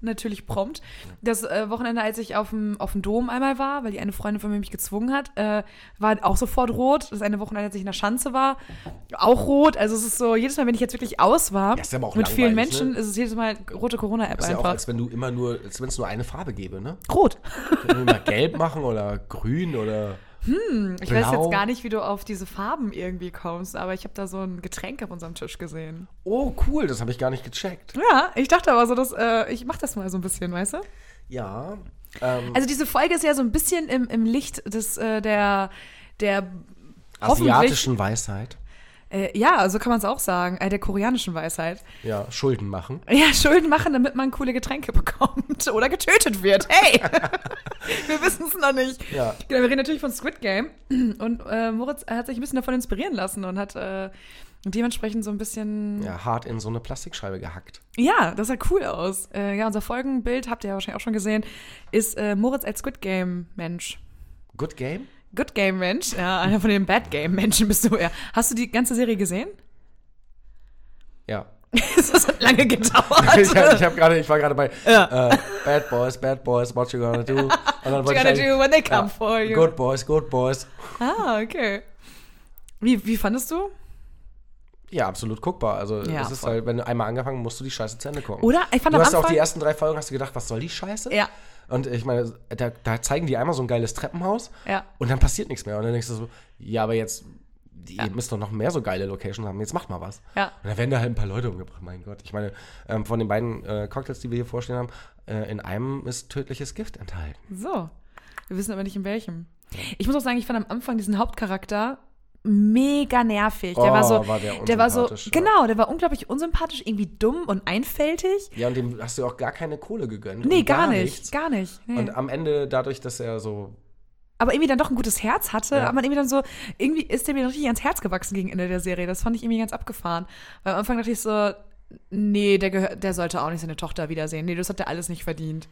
Speaker 4: Natürlich prompt. Das äh, Wochenende, als ich auf dem, auf dem Dom einmal war, weil die eine Freundin von mir mich gezwungen hat, äh, war auch sofort rot. Das eine Wochenende, als ich in der Schanze war, auch rot. Also es ist so, jedes Mal, wenn ich jetzt wirklich aus war,
Speaker 3: Ja, ist aber auch
Speaker 4: mit vielen
Speaker 3: langweilig,
Speaker 4: Menschen,
Speaker 3: ne?
Speaker 4: ist es jedes Mal rote Corona-App
Speaker 3: Ist ja auch,
Speaker 4: einfach.
Speaker 3: als wenn du immer nur, als wenn es nur eine Farbe gäbe, ne?
Speaker 4: rot.
Speaker 3: Können wir mal gelb machen oder grün oder.
Speaker 4: Hm, Ich weiß
Speaker 3: Blau.
Speaker 4: jetzt gar nicht, wie du auf diese Farben irgendwie kommst, aber ich habe da so ein Getränk auf unserem Tisch gesehen.
Speaker 3: Oh, cool, das habe ich gar nicht gecheckt.
Speaker 4: Ja, ich dachte aber so, dass äh, ich mach das mal so ein bisschen, weißt du?
Speaker 3: Ja. Ähm,
Speaker 4: Also diese Folge ist ja so ein bisschen im, im Licht des äh, der der hoffentlich-
Speaker 3: asiatischen Weisheit.
Speaker 4: äh, ja, so kann man es auch sagen, äh, der koreanischen Weisheit.
Speaker 3: Ja, Schulden machen.
Speaker 4: Ja, Schulden machen, damit man coole Getränke bekommt oder getötet wird. Hey, Wir wissen es noch nicht.
Speaker 3: Ja.
Speaker 4: Genau, wir reden natürlich von Squid Game. Und äh, Moritz hat sich ein bisschen davon inspirieren lassen und hat äh, dementsprechend so ein bisschen. Ja.
Speaker 3: Ja, hart in so eine Plastikscheibe gehackt.
Speaker 4: das sah cool aus. Äh, ja, unser Folgenbild, habt ihr ja wahrscheinlich auch schon gesehen, ist äh, Moritz als Squid Game-Mensch.
Speaker 3: Good Game?
Speaker 4: Good Game-Mensch? Ja, einer von den Bad Game-Menschen bist du ja. Hast du die ganze Serie gesehen?
Speaker 3: Ja.
Speaker 4: das hat lange gedauert.
Speaker 3: Ich, hab- ich, hab grade, ich war gerade bei
Speaker 4: Also Ja.
Speaker 3: äh, Bad Boys, Bad Boys, what you gonna do? Und dann
Speaker 4: What you gonna do when they come for you?
Speaker 3: Good Boys, Good Boys.
Speaker 4: Ah, okay. Wie, wie fandest du?
Speaker 3: Ja, absolut guckbar. Also
Speaker 4: Ja,
Speaker 3: es ist
Speaker 4: voll.
Speaker 3: halt, wenn du einmal angefangen hast, musst du die Scheiße zu Ende gucken.
Speaker 4: Oder? Ich fand
Speaker 3: du
Speaker 4: am
Speaker 3: hast auch
Speaker 4: Anfang-
Speaker 3: die ersten drei Folgen hast du gedacht, was soll die Scheiße?
Speaker 4: Ja.
Speaker 3: Und ich meine, da, da zeigen die einmal so ein geiles Treppenhaus
Speaker 4: Ja.
Speaker 3: und dann passiert nichts mehr. Und dann denkst du so, ja, aber jetzt, ihr müsst doch noch mehr so geile Locations haben, jetzt macht mal was.
Speaker 4: Ja.
Speaker 3: Und dann werden da halt ein paar Leute umgebracht, mein Gott. Ich meine, ähm, von den beiden äh, Cocktails, die wir hier vorstehen haben, äh, in einem ist tödliches Gift enthalten.
Speaker 4: So. Wir wissen aber nicht in welchem. Ich muss auch sagen, ich fand am Anfang diesen Hauptcharakter mega nervig. Der
Speaker 3: Oh,
Speaker 4: war so,
Speaker 3: war der
Speaker 4: war so,
Speaker 3: unsympathisch, ja.
Speaker 4: genau, der war unglaublich unsympathisch, irgendwie dumm und einfältig.
Speaker 3: Ja, und dem hast du auch gar keine Kohle gegönnt.
Speaker 4: Nee,
Speaker 3: und
Speaker 4: gar,
Speaker 3: nichts.
Speaker 4: nicht, gar nicht. Nee.
Speaker 3: Und äh, am Ende, dadurch, dass er so
Speaker 4: aber irgendwie dann doch ein gutes Herz hatte,
Speaker 3: Ja.
Speaker 4: hat man irgendwie dann so, irgendwie ist der mir richtig ans Herz gewachsen gegen Ende der Serie. Das fand ich irgendwie ganz abgefahren. Weil am Anfang dachte ich so, nee, der, gehör- der sollte auch nicht seine Tochter wiedersehen. Nee, das hat er alles nicht verdient.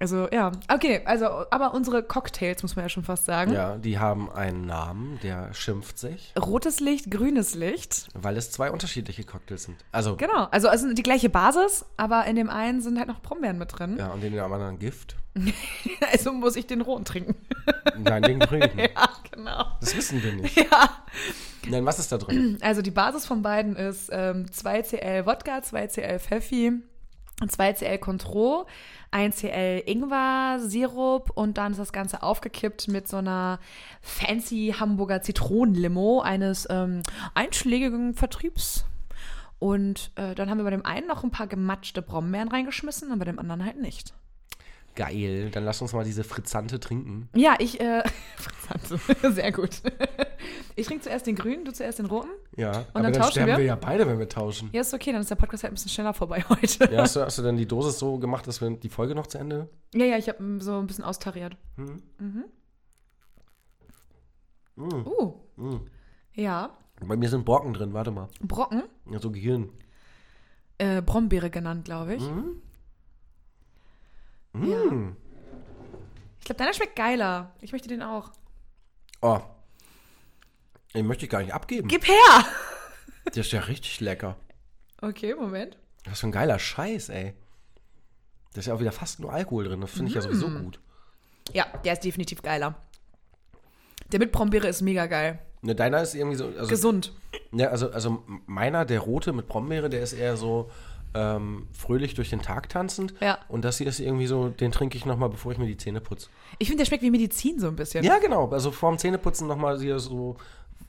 Speaker 4: Also, ja. Okay, also, aber unsere Cocktails, muss man ja schon fast sagen.
Speaker 3: Ja, die haben einen Namen, der schimpft sich,
Speaker 4: Rotes Licht, grünes Licht.
Speaker 3: weil es zwei unterschiedliche Cocktails sind. Also,
Speaker 4: Genau. Also es sind die gleiche Basis, aber in dem einen sind halt noch Brombeeren mit drin.
Speaker 3: ja, und den anderen Gift.
Speaker 4: Also muss ich den roten trinken.
Speaker 3: Nein, den grünen.
Speaker 4: ja, genau.
Speaker 3: Das wissen wir nicht.
Speaker 4: Ja.
Speaker 3: Nein, was ist da drin?
Speaker 4: Also die Basis von beiden ist ähm, 2cl Wodka, 2cl Pfeffi, 2cl Contro, 1cl Ingwer Sirup und dann ist das Ganze aufgekippt mit so einer fancy Hamburger Zitronenlimo eines ähm, einschlägigen Vertriebs. Und äh, dann haben wir bei dem einen noch ein paar gematschte Brombeeren reingeschmissen und bei dem anderen halt nicht.
Speaker 3: Geil, dann lass uns mal diese Frizzante trinken.
Speaker 4: Ja, ich. Äh, Frizzante. Sehr gut. Ich trinke zuerst den grünen, du zuerst den roten.
Speaker 3: Ja,
Speaker 4: dann
Speaker 3: aber dann
Speaker 4: tauschen
Speaker 3: sterben
Speaker 4: wir?
Speaker 3: wir? ja beide, wenn wir tauschen.
Speaker 4: Ja, ist okay, dann ist der Podcast halt ein bisschen schneller vorbei heute.
Speaker 3: Ja, hast, du, hast du denn die Dosis so gemacht, dass wir die Folge noch zu Ende?
Speaker 4: Ja, ja, ich habe so ein bisschen austariert. Mhm. Uh. Ja,
Speaker 3: Bei mir sind Brocken drin, warte mal.
Speaker 4: Brocken,
Speaker 3: Ja, so Gehirn.
Speaker 4: äh, Brombeere genannt, glaube ich.
Speaker 3: Mm.
Speaker 4: Ich glaube, deiner schmeckt geiler. Ich möchte den auch.
Speaker 3: Oh. Den möchte ich gar nicht abgeben.
Speaker 4: Gib her!
Speaker 3: Der ist ja richtig lecker.
Speaker 4: Okay, Moment.
Speaker 3: Das ist so ein geiler Scheiß, ey. Da ist ja auch wieder fast nur Alkohol drin. Das finde ich ja sowieso
Speaker 4: Mm.
Speaker 3: gut.
Speaker 4: Ja, der ist definitiv geiler. Der mit Brombeere ist mega geil.
Speaker 3: Ne, deiner ist irgendwie so. Also,
Speaker 4: Gesund.
Speaker 3: Ne, also, also meiner, der rote mit Brombeere, der ist eher so ähm, fröhlich durch den Tag tanzend.
Speaker 4: Ja.
Speaker 3: Und das hier ist irgendwie so, den trinke ich nochmal, bevor ich mir die Zähne putze.
Speaker 4: Ich finde, der schmeckt wie Medizin so ein bisschen.
Speaker 3: Ja, genau. Also vorm Zähneputzen nochmal hier so,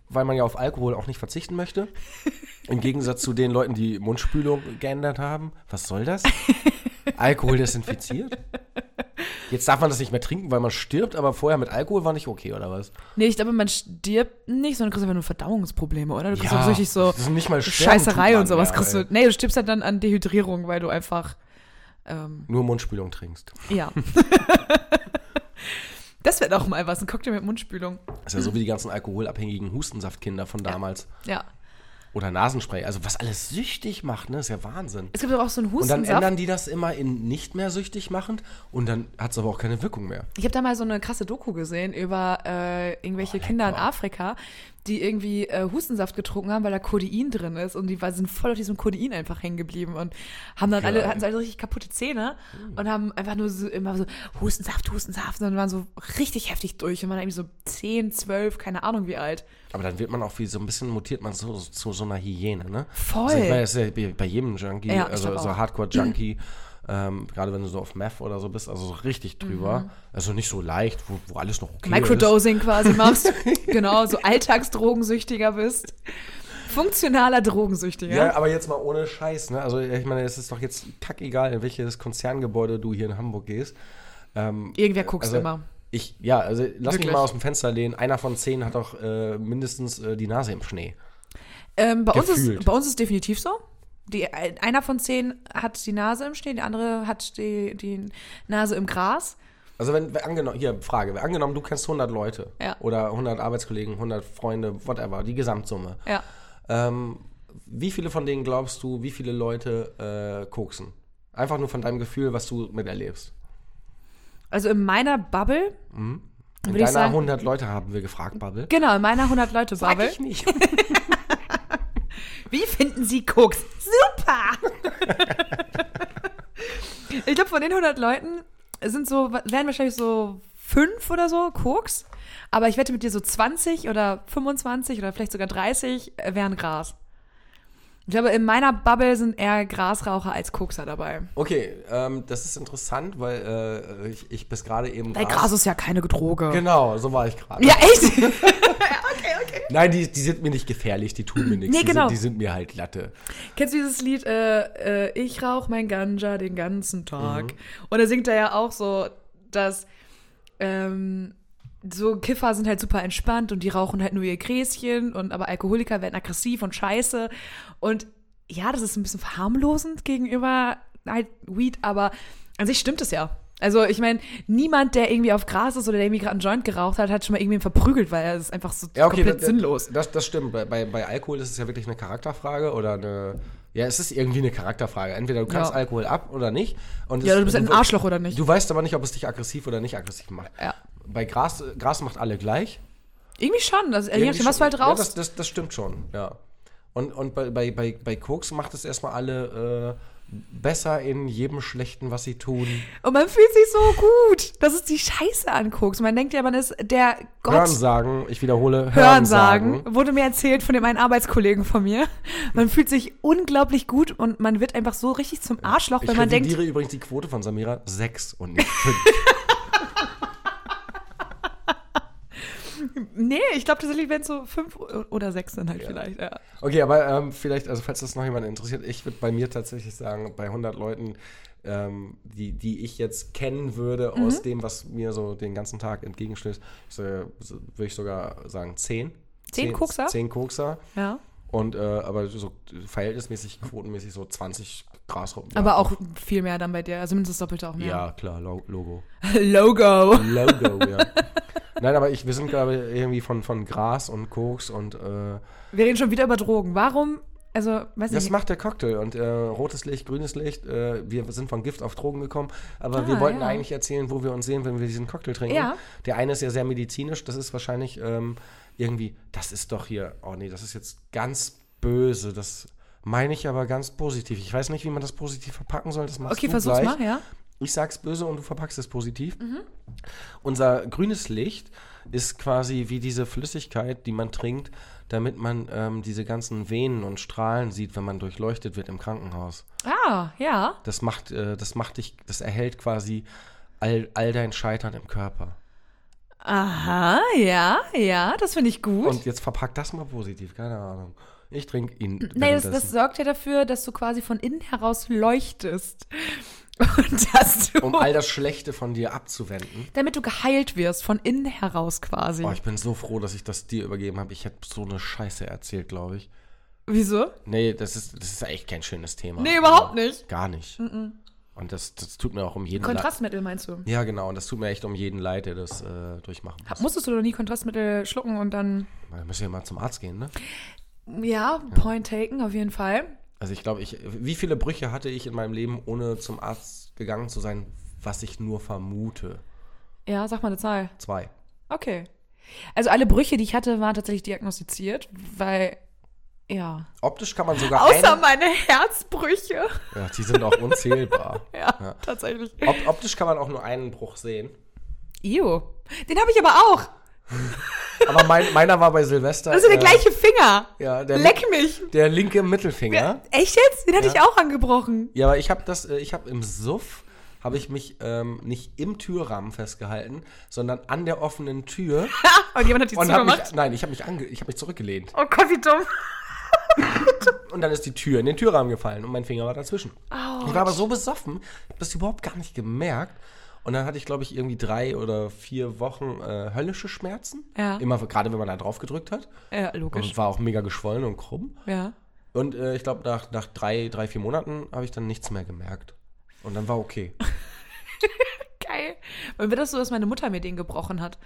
Speaker 3: weil man ja auf Alkohol auch nicht verzichten möchte. Im Gegensatz zu den Leuten, die Mundspülung geändert haben. Was soll das? Alkohol desinfiziert? Jetzt darf man das nicht mehr trinken, weil man stirbt, aber vorher mit Alkohol war nicht okay, oder was?
Speaker 4: Nee, ich glaube, man stirbt nicht, sondern du kriegst einfach nur Verdauungsprobleme, oder? Du kriegst auch richtig so
Speaker 3: das ist nicht mal sterben tut
Speaker 4: Scheißerei
Speaker 3: man
Speaker 4: und sowas.
Speaker 3: mehr,
Speaker 4: kriegst
Speaker 3: ey.
Speaker 4: du, nee, du stirbst halt dann an Dehydrierung, weil du einfach,
Speaker 3: Nur Mundspülung trinkst.
Speaker 4: ja. das wäre doch mal was, ein Cocktail mit Mundspülung.
Speaker 3: Das ist ja so wie die ganzen alkoholabhängigen Hustensaftkinder von damals.
Speaker 4: Ja.
Speaker 3: Oder Nasenspray. Also was alles süchtig macht, ne? Ist ja Wahnsinn.
Speaker 4: Es gibt doch auch so einen
Speaker 3: Und dann
Speaker 4: Hustensaft.
Speaker 3: ändern die das immer in nicht mehr süchtig machend und dann hat es aber auch keine Wirkung mehr.
Speaker 4: Ich habe da mal so eine krasse Doku gesehen über äh,
Speaker 3: Oh,
Speaker 4: irgendwelche Kinder in Afrika, die irgendwie äh, Hustensaft getrunken haben, weil da Codein drin ist und die war, sind voll auf diesem Codein einfach hängen geblieben und haben dann alle,
Speaker 3: Geil. Hm.
Speaker 4: hatten so alle richtig kaputte Zähne und haben einfach nur so, immer so Hustensaft, Hustensaft und dann waren so richtig heftig durch und waren irgendwie so 10, 12, keine Ahnung wie alt.
Speaker 3: Aber dann wird man auch wie so ein bisschen mutiert man so, so, zu so einer Hyäne, ne?
Speaker 4: Voll.
Speaker 3: Also ich meine, das ist ja bei- bei jedem Junkie,
Speaker 4: Ja, ich
Speaker 3: also
Speaker 4: glaub
Speaker 3: so
Speaker 4: auch.
Speaker 3: Hardcore-Junkie, ähm, gerade wenn du so auf Meth oder so bist, also so richtig drüber.
Speaker 4: Mhm.
Speaker 3: Also nicht so leicht, wo, wo alles noch okay ist.
Speaker 4: Microdosing quasi machst. genau, so Alltagsdrogensüchtiger bist. Funktionaler Drogensüchtiger.
Speaker 3: Ja, aber jetzt mal ohne Scheiß, ne? Also ich meine, es ist doch jetzt kackegal, in welches Konzerngebäude du hier in Hamburg gehst.
Speaker 4: Irgendwer guckst
Speaker 3: also,
Speaker 4: immer.
Speaker 3: Ich, ja, also lass
Speaker 4: Wirklich.
Speaker 3: mich mal aus dem Fenster lehnen. Einer von zehn hat doch äh, mindestens äh, die Nase im Schnee.
Speaker 4: Ähm, bei, uns ist,
Speaker 3: Gefühlt.
Speaker 4: bei uns ist definitiv so. Die, einer von zehn hat die Nase im Schnee, die andere hat die, die Nase im Gras.
Speaker 3: Also wenn, wenn angenommen, hier Frage, wenn angenommen, du kennst 100 Leute
Speaker 4: Ja.
Speaker 3: oder 100 Arbeitskollegen, 100 Freunde, whatever, die Gesamtsumme.
Speaker 4: Ja.
Speaker 3: Ähm, wie viele von denen glaubst du, wie viele Leute äh, koksen? Einfach nur von deinem Gefühl, was du miterlebst.
Speaker 4: Also in meiner Bubble,
Speaker 3: In
Speaker 4: Würde ich
Speaker 3: deiner
Speaker 4: sagen-
Speaker 3: 100 Leute haben wir gefragt, Bubble.
Speaker 4: genau, in meiner 100 Leute Bubble.
Speaker 3: nicht.
Speaker 4: Wie finden Sie Koks? Super! ich glaube, von den 100 Leuten sind so, wären wahrscheinlich so fünf oder so Koks. Aber ich wette mit dir so 20 oder 25 oder vielleicht sogar 30 wären Gras. Ich glaube, in meiner Bubble sind eher Grasraucher als Kokser dabei.
Speaker 3: Okay, ähm, das ist interessant, weil äh, ich, ich bis gerade eben.
Speaker 4: Weil
Speaker 3: Gras-
Speaker 4: Gras ist ja keine Droge.
Speaker 3: Genau, so war ich gerade.
Speaker 4: Ja, echt?
Speaker 3: Nein, die, die sind mir nicht gefährlich, die tun mir nichts.
Speaker 4: Nee,
Speaker 3: die,
Speaker 4: genau.
Speaker 3: sind, die sind mir halt Latte.
Speaker 4: Kennst du dieses Lied, äh, äh, ich rauche mein Ganja den ganzen Tag?
Speaker 3: Mhm.
Speaker 4: Und da singt er ja auch so, dass ähm, so Kiffer sind halt super entspannt und die rauchen halt nur ihr Gräschen und aber Alkoholiker werden aggressiv und scheiße. Und ja, das ist ein bisschen verharmlosend gegenüber halt Weed, aber an sich stimmt es ja. Also ich meine, niemand, der irgendwie auf Gras ist oder der irgendwie gerade einen Joint geraucht hat, hat schon mal irgendwen verprügelt, weil er ist einfach so
Speaker 3: Ja, okay,
Speaker 4: komplett
Speaker 3: das,
Speaker 4: sinnlos.
Speaker 3: Das, das stimmt. Bei, bei, bei Alkohol ist es ja wirklich eine Charakterfrage oder eine. Ja, es ist irgendwie eine Charakterfrage. Entweder du kannst
Speaker 4: Ja.
Speaker 3: Alkohol ab oder nicht. Und
Speaker 4: Ja,
Speaker 3: es-
Speaker 4: du bist ein Arschloch oder nicht.
Speaker 3: Du weißt aber nicht, ob es dich aggressiv oder nicht aggressiv macht.
Speaker 4: Ja.
Speaker 3: Bei Gras, Gras macht alle gleich.
Speaker 4: Irgendwie schon. Also, je
Speaker 3: Irgendwie
Speaker 4: nachdem, was du
Speaker 3: schon-
Speaker 4: halt rauchst.
Speaker 3: Ja, das, das, das stimmt schon, ja. Und, und bei, bei, bei, bei Koks macht es erstmal alle äh, besser in jedem Schlechten, was sie tun.
Speaker 4: Und man fühlt sich so gut, dass es die Scheiße anguckst. Man denkt ja, man ist der Gott.
Speaker 3: Hören sagen, ich wiederhole, hören
Speaker 4: Hörensagen.
Speaker 3: sagen.
Speaker 4: Wurde mir erzählt von dem einen Arbeitskollegen von mir. Man fühlt sich unglaublich gut und man wird einfach so richtig zum Arschloch,
Speaker 3: Ich
Speaker 4: wenn man denkt,
Speaker 3: revidiere übrigens die Quote von Samira sechs und nicht fünf.
Speaker 4: nee, ich glaube tatsächlich wären es so fünf oder sechs dann halt vielleicht. Ja.
Speaker 3: Okay, aber ähm, vielleicht, also falls das noch jemand interessiert, ich würde bei mir tatsächlich sagen, bei 100 Leuten, ähm, die, die ich jetzt kennen würde
Speaker 4: Mhm.
Speaker 3: aus dem, was mir so den ganzen Tag entgegenstößt, so, so, würde ich sogar sagen 10.
Speaker 4: Zehn Kokser?
Speaker 3: 10 Kokser.
Speaker 4: ja.
Speaker 3: Und äh, aber so verhältnismäßig, quotenmäßig so 20 Grasruppen.
Speaker 4: Aber auch viel mehr dann bei dir. Also mindestens doppelt auch mehr.
Speaker 3: Ja, klar, Lo Logo.
Speaker 4: Logo.
Speaker 3: Mhm. Logo, ja. Nein, aber ich, wir sind, glaube ich, irgendwie von, von Gras und Koks und äh,
Speaker 4: Wir reden schon wieder über Drogen. Warum? Also, weiß
Speaker 3: das
Speaker 4: nicht.
Speaker 3: macht der Cocktail. Und äh, rotes Licht, grünes Licht, äh, wir sind von Gift auf Drogen gekommen. Aber
Speaker 4: Ah,
Speaker 3: wir wollten
Speaker 4: ja.
Speaker 3: eigentlich erzählen, wo wir uns sehen, wenn wir diesen Cocktail trinken.
Speaker 4: Ja.
Speaker 3: Der eine ist ja sehr medizinisch, das ist wahrscheinlich ähm, irgendwie, das ist doch hier, oh nee, das ist jetzt ganz böse, das meine ich aber ganz positiv. Ich weiß nicht, wie man das positiv verpacken soll, das machst
Speaker 4: okay,
Speaker 3: du
Speaker 4: versuch's
Speaker 3: gleich.
Speaker 4: mal, ja.
Speaker 3: Ich sag's böse und du verpackst es positiv.
Speaker 4: Mhm.
Speaker 3: Unser grünes Licht ist quasi wie diese Flüssigkeit, die man trinkt, damit man ähm, diese ganzen Venen und Strahlen sieht, wenn man durchleuchtet wird im Krankenhaus.
Speaker 4: Ah, ja.
Speaker 3: Das macht, äh, das macht dich, das erhält quasi all, all dein Scheitern im Körper.
Speaker 4: Aha, ja, ja. Das finde ich gut.
Speaker 3: Und jetzt verpackt das mal positiv, keine Ahnung. Ich trinke ihn.
Speaker 4: Nee, das, das
Speaker 3: währenddessen.
Speaker 4: sorgt ja dafür, dass du quasi von innen heraus leuchtest. Und dass du.
Speaker 3: um all das Schlechte von dir abzuwenden.
Speaker 4: damit du geheilt wirst, von innen heraus quasi.
Speaker 3: Oh, ich bin so froh, dass ich das dir übergeben habe. Ich hätte so eine Scheiße erzählt, glaube ich.
Speaker 4: Wieso?
Speaker 3: Nee, das ist, das ist echt kein schönes Thema. Also
Speaker 4: Nee, überhaupt nicht.
Speaker 3: Gar nicht. Und das, das tut mir auch um jeden
Speaker 4: Kontrastmittel meinst du?
Speaker 3: Leid. Ja, genau. Und das tut mir echt um jeden Leid, der das äh, durchmachen muss.
Speaker 4: Musstest du doch nie Kontrastmittel schlucken und dann.
Speaker 3: Da müssen wir mal zum Arzt gehen, ne?
Speaker 4: Ja, Point taken auf jeden Fall.
Speaker 3: Also ich glaube, ich, wie viele Brüche hatte ich in meinem Leben, ohne zum Arzt gegangen zu sein, was ich nur vermute?
Speaker 4: Ja, sag mal eine Zahl.
Speaker 3: Zwei.
Speaker 4: Okay. Also alle Brüche, die ich hatte, waren tatsächlich diagnostiziert, weil. Ja.
Speaker 3: Optisch kann man sogar
Speaker 4: Außer
Speaker 3: einen,
Speaker 4: meine Herzbrüche.
Speaker 3: ja, die sind auch unzählbar.
Speaker 4: Ja,
Speaker 3: Ja.
Speaker 4: tatsächlich.
Speaker 3: Op optisch kann man auch nur einen Bruch sehen.
Speaker 4: Ew. Den habe ich aber auch.
Speaker 3: Aber mein, meiner war bei Silvester.
Speaker 4: Das ist der
Speaker 3: äh,
Speaker 4: gleiche Finger.
Speaker 3: Ja, der,
Speaker 4: Leck mich.
Speaker 3: der linke Mittelfinger.
Speaker 4: Echt jetzt? Den hatte ich auch angebrochen.
Speaker 3: Ja, aber ich habe das, äh, ich habe im Suff habe ich mich ähm, nicht im Türrahmen festgehalten, sondern an der offenen Tür
Speaker 4: Und jemand hat die
Speaker 3: und habe
Speaker 4: zugemacht.
Speaker 3: mich, nein, ich habe mich ange, ich habe mich zurückgelehnt
Speaker 4: Oh Gott, wie dumm.
Speaker 3: und dann ist die Tür in den Türrahmen gefallen und mein Finger war dazwischen. Ich war aber so besoffen, hab das überhaupt gar nicht gemerkt. Und dann hatte ich, glaube ich, irgendwie drei oder vier Wochen äh, höllische Schmerzen.
Speaker 4: Ja.
Speaker 3: Immer, gerade wenn man da drauf gedrückt hat.
Speaker 4: Ja, logisch.
Speaker 3: Und war auch mega geschwollen und krumm.
Speaker 4: Ja.
Speaker 3: Und äh, ich glaube, nach, nach drei, drei, vier Monaten habe ich dann nichts mehr gemerkt. Und dann war okay.
Speaker 4: Geil. Weil mir das so, dass meine Mutter mir den gebrochen hat.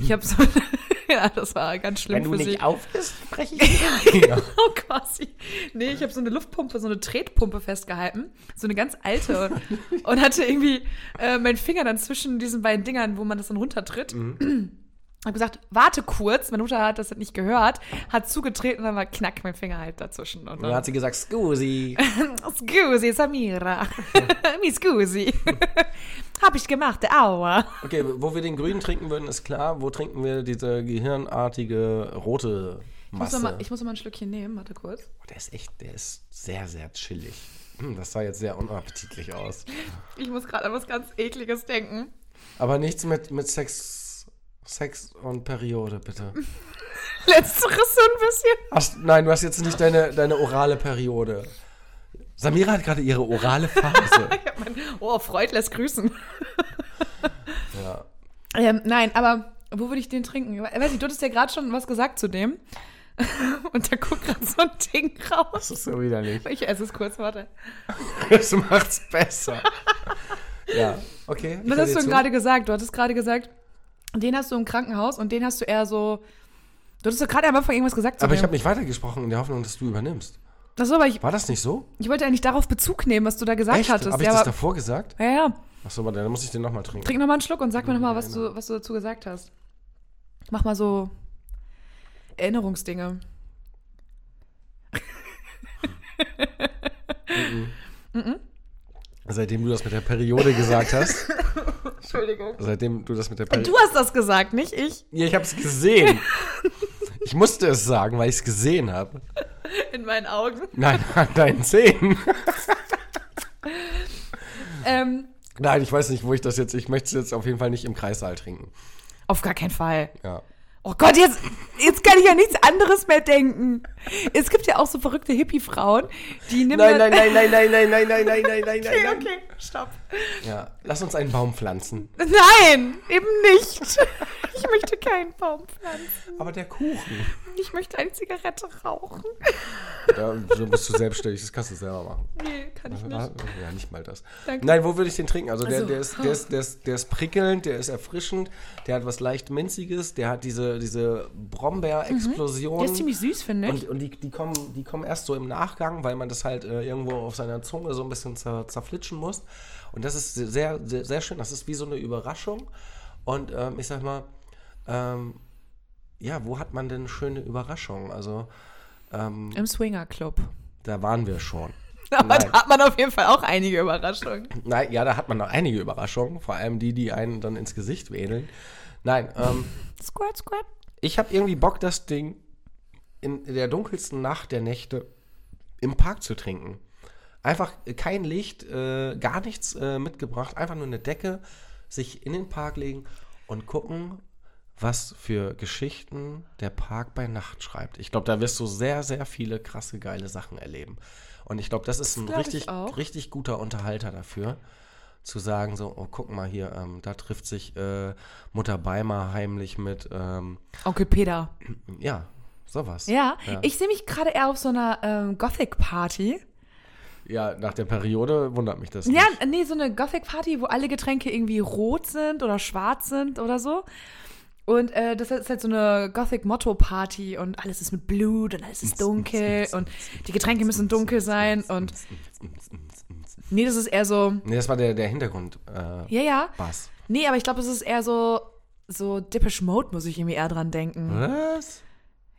Speaker 4: Ich habe so, ja, das war ganz
Speaker 3: Hm.
Speaker 4: schlimm
Speaker 3: Wenn du
Speaker 4: für
Speaker 3: nicht
Speaker 4: sie.
Speaker 3: aufgehst, breche ich dir ja.
Speaker 4: Oh, quasi. Nee, ich habe so eine Luftpumpe, so eine Tretpumpe festgehalten. So eine ganz alte. und, und hatte irgendwie äh, meinen Finger dann zwischen diesen beiden Dingern, wo man das dann runtertritt.
Speaker 3: Mhm.
Speaker 4: Hab gesagt, warte kurz. Meine Mutter hat das nicht gehört, hat zugetreten und dann war knack mein Finger halt dazwischen. Und
Speaker 3: Und dann
Speaker 4: dann,
Speaker 3: hat sie gesagt, Scusi.
Speaker 4: Scusi, Samira. Mi Scusi. Hab ich gemacht, aua.
Speaker 3: Okay, wo wir den grünen trinken würden, ist klar. Wo trinken wir diese gehirnartige rote
Speaker 4: Ich muss,
Speaker 3: Masse?
Speaker 4: noch mal, ich muss noch mal ein Schlückchen nehmen, warte kurz.
Speaker 3: oh, der ist echt, der ist sehr, sehr chillig. Hm, das sah jetzt sehr unappetitlich aus.
Speaker 4: Ich muss gerade an was ganz Ekliges denken.
Speaker 3: Aber nichts mit, mit Sex, Sex und Periode, bitte.
Speaker 4: Letzteres so ein bisschen.
Speaker 3: Ach, nein, du hast jetzt nicht deine, deine orale Periode. Samira hat gerade ihre orale Phase.
Speaker 4: Ich hab mein, oh, Freud lässt grüßen.
Speaker 3: ja.
Speaker 4: Ähm, nein, aber wo würde ich den trinken? Weiß ich, du hattest ja gerade schon was gesagt zu dem. Und da guckt gerade so ein Ding raus.
Speaker 3: Das ist so widerlich.
Speaker 4: Ich esse es kurz, warte.
Speaker 3: Das macht's besser. ja, okay. ich
Speaker 4: Was
Speaker 3: höre
Speaker 4: hast
Speaker 3: dir
Speaker 4: du denn
Speaker 3: zu.
Speaker 4: gerade gesagt? Du hattest gerade gesagt, den hast du im Krankenhaus und den hast du eher so. Du hattest doch gerade am Anfang irgendwas gesagt zu
Speaker 3: Aber
Speaker 4: dem.
Speaker 3: ich habe nicht weitergesprochen in der Hoffnung, dass du übernimmst.
Speaker 4: Achso, aber ich,
Speaker 3: War das nicht so?
Speaker 4: ich wollte eigentlich darauf Bezug nehmen, was du da gesagt
Speaker 3: Echt?
Speaker 4: hattest.
Speaker 3: Habe ich
Speaker 4: ja,
Speaker 3: das
Speaker 4: aber,
Speaker 3: davor gesagt?
Speaker 4: ja, ja.
Speaker 3: Achso, aber dann muss ich den nochmal trinken.
Speaker 4: Trink nochmal einen Schluck und sag mir nochmal, was du, was du dazu gesagt hast. Mach mal so Erinnerungsdinge.
Speaker 3: Seitdem du das mit der Periode gesagt hast.
Speaker 4: Entschuldigung.
Speaker 3: Seitdem du das mit der Periode.
Speaker 4: Du hast das gesagt, nicht ich.
Speaker 3: Ja, ich hab's gesehen. Ich musste es sagen, weil ich es gesehen habe.
Speaker 4: In meinen Augen.
Speaker 3: Nein, an deinen Zähnen.
Speaker 4: Ähm,
Speaker 3: Nein, ich weiß nicht, wo ich das jetzt. Ich möchte es jetzt auf jeden Fall nicht im Kreissaal trinken.
Speaker 4: auf gar keinen Fall.
Speaker 3: Ja.
Speaker 4: Oh Gott, jetzt, jetzt kann ich ja nichts anderes mehr denken. Es gibt ja auch so verrückte Hippie-Frauen, die nehmen.
Speaker 3: Nein,
Speaker 4: dann-
Speaker 3: nein, nein, nein, nein, nein, nein, nein, nein, nein, nein, nein,
Speaker 4: Okay,
Speaker 3: nein.
Speaker 4: okay, stopp.
Speaker 3: Ja, lass uns einen Baum pflanzen.
Speaker 4: Nein, eben nicht. Ich möchte keinen Baum pflanzen.
Speaker 3: Aber der Kuchen.
Speaker 4: Ich möchte eine Zigarette rauchen.
Speaker 3: Da, so bist du selbstständig, das kannst du selber machen.
Speaker 4: Nee, kann ich nicht.
Speaker 3: Ja, nicht mal das.
Speaker 4: Danke.
Speaker 3: Nein, wo würde ich den trinken? Also, der,
Speaker 4: Also,
Speaker 3: der, ist, der, ist, der, ist, der ist prickelnd, der ist erfrischend, der hat was leicht Minziges, der hat diese, diese Brombeer-Explosion.
Speaker 4: Der ist ziemlich ne? süß, finde ich.
Speaker 3: Und, und die, die, kommen, die kommen erst so im Nachgang, weil man das halt äh, irgendwo auf seiner Zunge so ein bisschen zer, zerflitschen muss. Und das ist sehr, sehr, sehr schön. Das ist wie so eine Überraschung. Und ähm, ich sag mal, ähm, ja, wo hat man denn schöne Überraschungen? Also,
Speaker 4: Im Swinger Club.
Speaker 3: da waren wir schon.
Speaker 4: Aber
Speaker 3: Nein.
Speaker 4: da hat man auf jeden Fall auch einige Überraschungen.
Speaker 3: Nein, ja, da hat man noch einige Überraschungen, vor allem die, die einen dann ins Gesicht wedeln. Nein, ähm,
Speaker 4: Squirt, squirt.
Speaker 3: ich habe irgendwie Bock, das Ding in der dunkelsten Nacht der Nächte im Park zu trinken. Einfach kein Licht, äh, gar nichts äh, mitgebracht, einfach nur eine Decke, sich in den Park legen und gucken, was für Geschichten der Park bei Nacht schreibt. Ich glaube, da wirst du sehr, sehr viele krasse, geile Sachen erleben. Und ich glaube, das ist ein
Speaker 4: glaub ich
Speaker 3: richtig,
Speaker 4: auch.
Speaker 3: richtig guter Unterhalter dafür zu sagen, so, oh, guck mal hier, ähm, da trifft sich äh, Mutter Beimer heimlich mit, ähm,
Speaker 4: Onkel Peter.
Speaker 3: ja, sowas.
Speaker 4: Ja,
Speaker 3: Ja.
Speaker 4: ich sehe mich gerade eher auf so einer ähm, Gothic-Party.
Speaker 3: Ja, nach der Periode wundert mich das
Speaker 4: Ja,
Speaker 3: nicht.
Speaker 4: nee, so eine Gothic-Party, wo alle Getränke irgendwie rot sind oder schwarz sind oder so. Und äh, das ist halt so eine Gothic-Motto-Party und alles ist mit Blut und alles ist dunkel und die Getränke müssen dunkel sein und nee, das ist eher so,
Speaker 3: Nee, das war der, der Hintergrund. Äh,
Speaker 4: ja, ja.
Speaker 3: Was?
Speaker 4: Nee, aber ich glaube, es ist eher so, so Dippish Mode muss ich irgendwie eher dran denken.
Speaker 3: Was?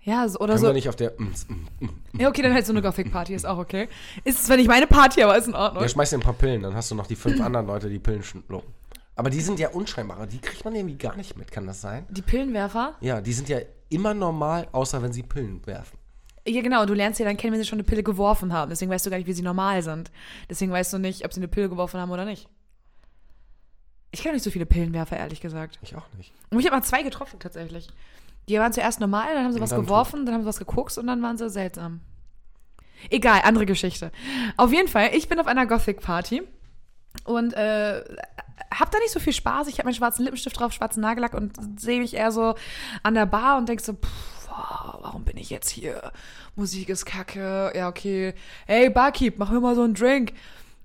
Speaker 4: Ja, so, oder
Speaker 3: Können wir
Speaker 4: so.
Speaker 3: nicht auf der. Mm, mm, mm.
Speaker 4: Ja, okay, dann halt so eine Gothic-Party, ist auch okay. Ist zwar nicht meine Party, aber ist in Ordnung.
Speaker 3: Ja, schmeiß dir ein paar Pillen, dann hast du noch die fünf anderen Leute, die Pillen schlucken. Aber die sind ja unscheinbarer, die kriegt man irgendwie gar nicht mit, kann das sein?
Speaker 4: Die Pillenwerfer?
Speaker 3: Ja, die sind ja immer normal, außer wenn sie Pillen werfen.
Speaker 4: Ja, genau. Du lernst sie dann kennen, wenn sie schon eine Pille geworfen haben. Deswegen weißt du gar nicht, wie sie normal sind. Deswegen weißt du nicht, ob sie eine Pille geworfen haben oder nicht. Ich kenne nicht so viele Pillenwerfer, ehrlich gesagt.
Speaker 3: Ich auch nicht.
Speaker 4: Und ich habe mal zwei getroffen, tatsächlich. Die waren zuerst normal, dann haben sie
Speaker 3: Und
Speaker 4: was
Speaker 3: dann
Speaker 4: geworfen, dann haben sie was geguckt und dann waren sie seltsam. Egal, andere Geschichte. Auf jeden Fall, ich bin auf einer Gothic-Party und äh, hab da nicht so viel Spaß. Ich habe meinen schwarzen Lippenstift drauf, schwarzen Nagellack und sehe mich eher so an der Bar und denk so, pff, wow, warum bin ich jetzt hier? Musik ist kacke, ja okay. Ey, Barkeep, mach mir mal so einen Drink.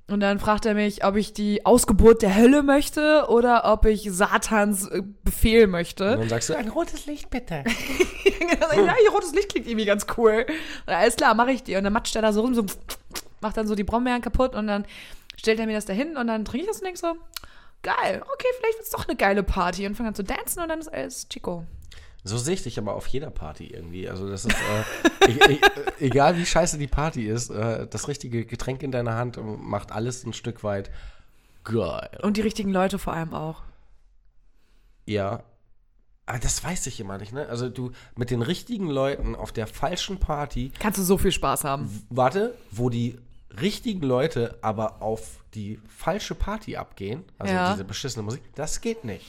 Speaker 4: Und dann fragt er mich, ob ich die Ausgeburt der Hölle möchte oder ob ich Satans äh, Befehl
Speaker 3: Und
Speaker 4: möchte.
Speaker 3: dann sagst du, ein rotes Licht bitte.
Speaker 4: Und dann sag
Speaker 3: Hm.
Speaker 4: ich, ja, hier rotes Licht klingt irgendwie ganz cool. Und alles klar, mache ich dir. Und dann matscht er da so rum, so macht dann so die Brombeeren kaputt und dann stellt er mir das dahin und dann trinke ich das und denke so, geil, okay, vielleicht wird's doch eine geile Party. Und fange an zu dancen und dann ist alles Chico.
Speaker 3: So sehe ich dich aber auf jeder Party irgendwie. Also das ist, äh, e e egal wie scheiße die Party ist, äh, das richtige Getränk in deiner Hand macht alles ein Stück weit geil.
Speaker 4: Und die richtigen Leute vor allem auch.
Speaker 3: Ja. Aber das weiß ich immer nicht, ne? Also du mit den richtigen Leuten auf der falschen Party,
Speaker 4: Kannst du so viel Spaß
Speaker 3: Hm.
Speaker 4: haben.
Speaker 3: warte, wo die richtigen Leute aber auf die falsche Party abgehen, also
Speaker 4: Ja.
Speaker 3: diese beschissene Musik, das geht nicht.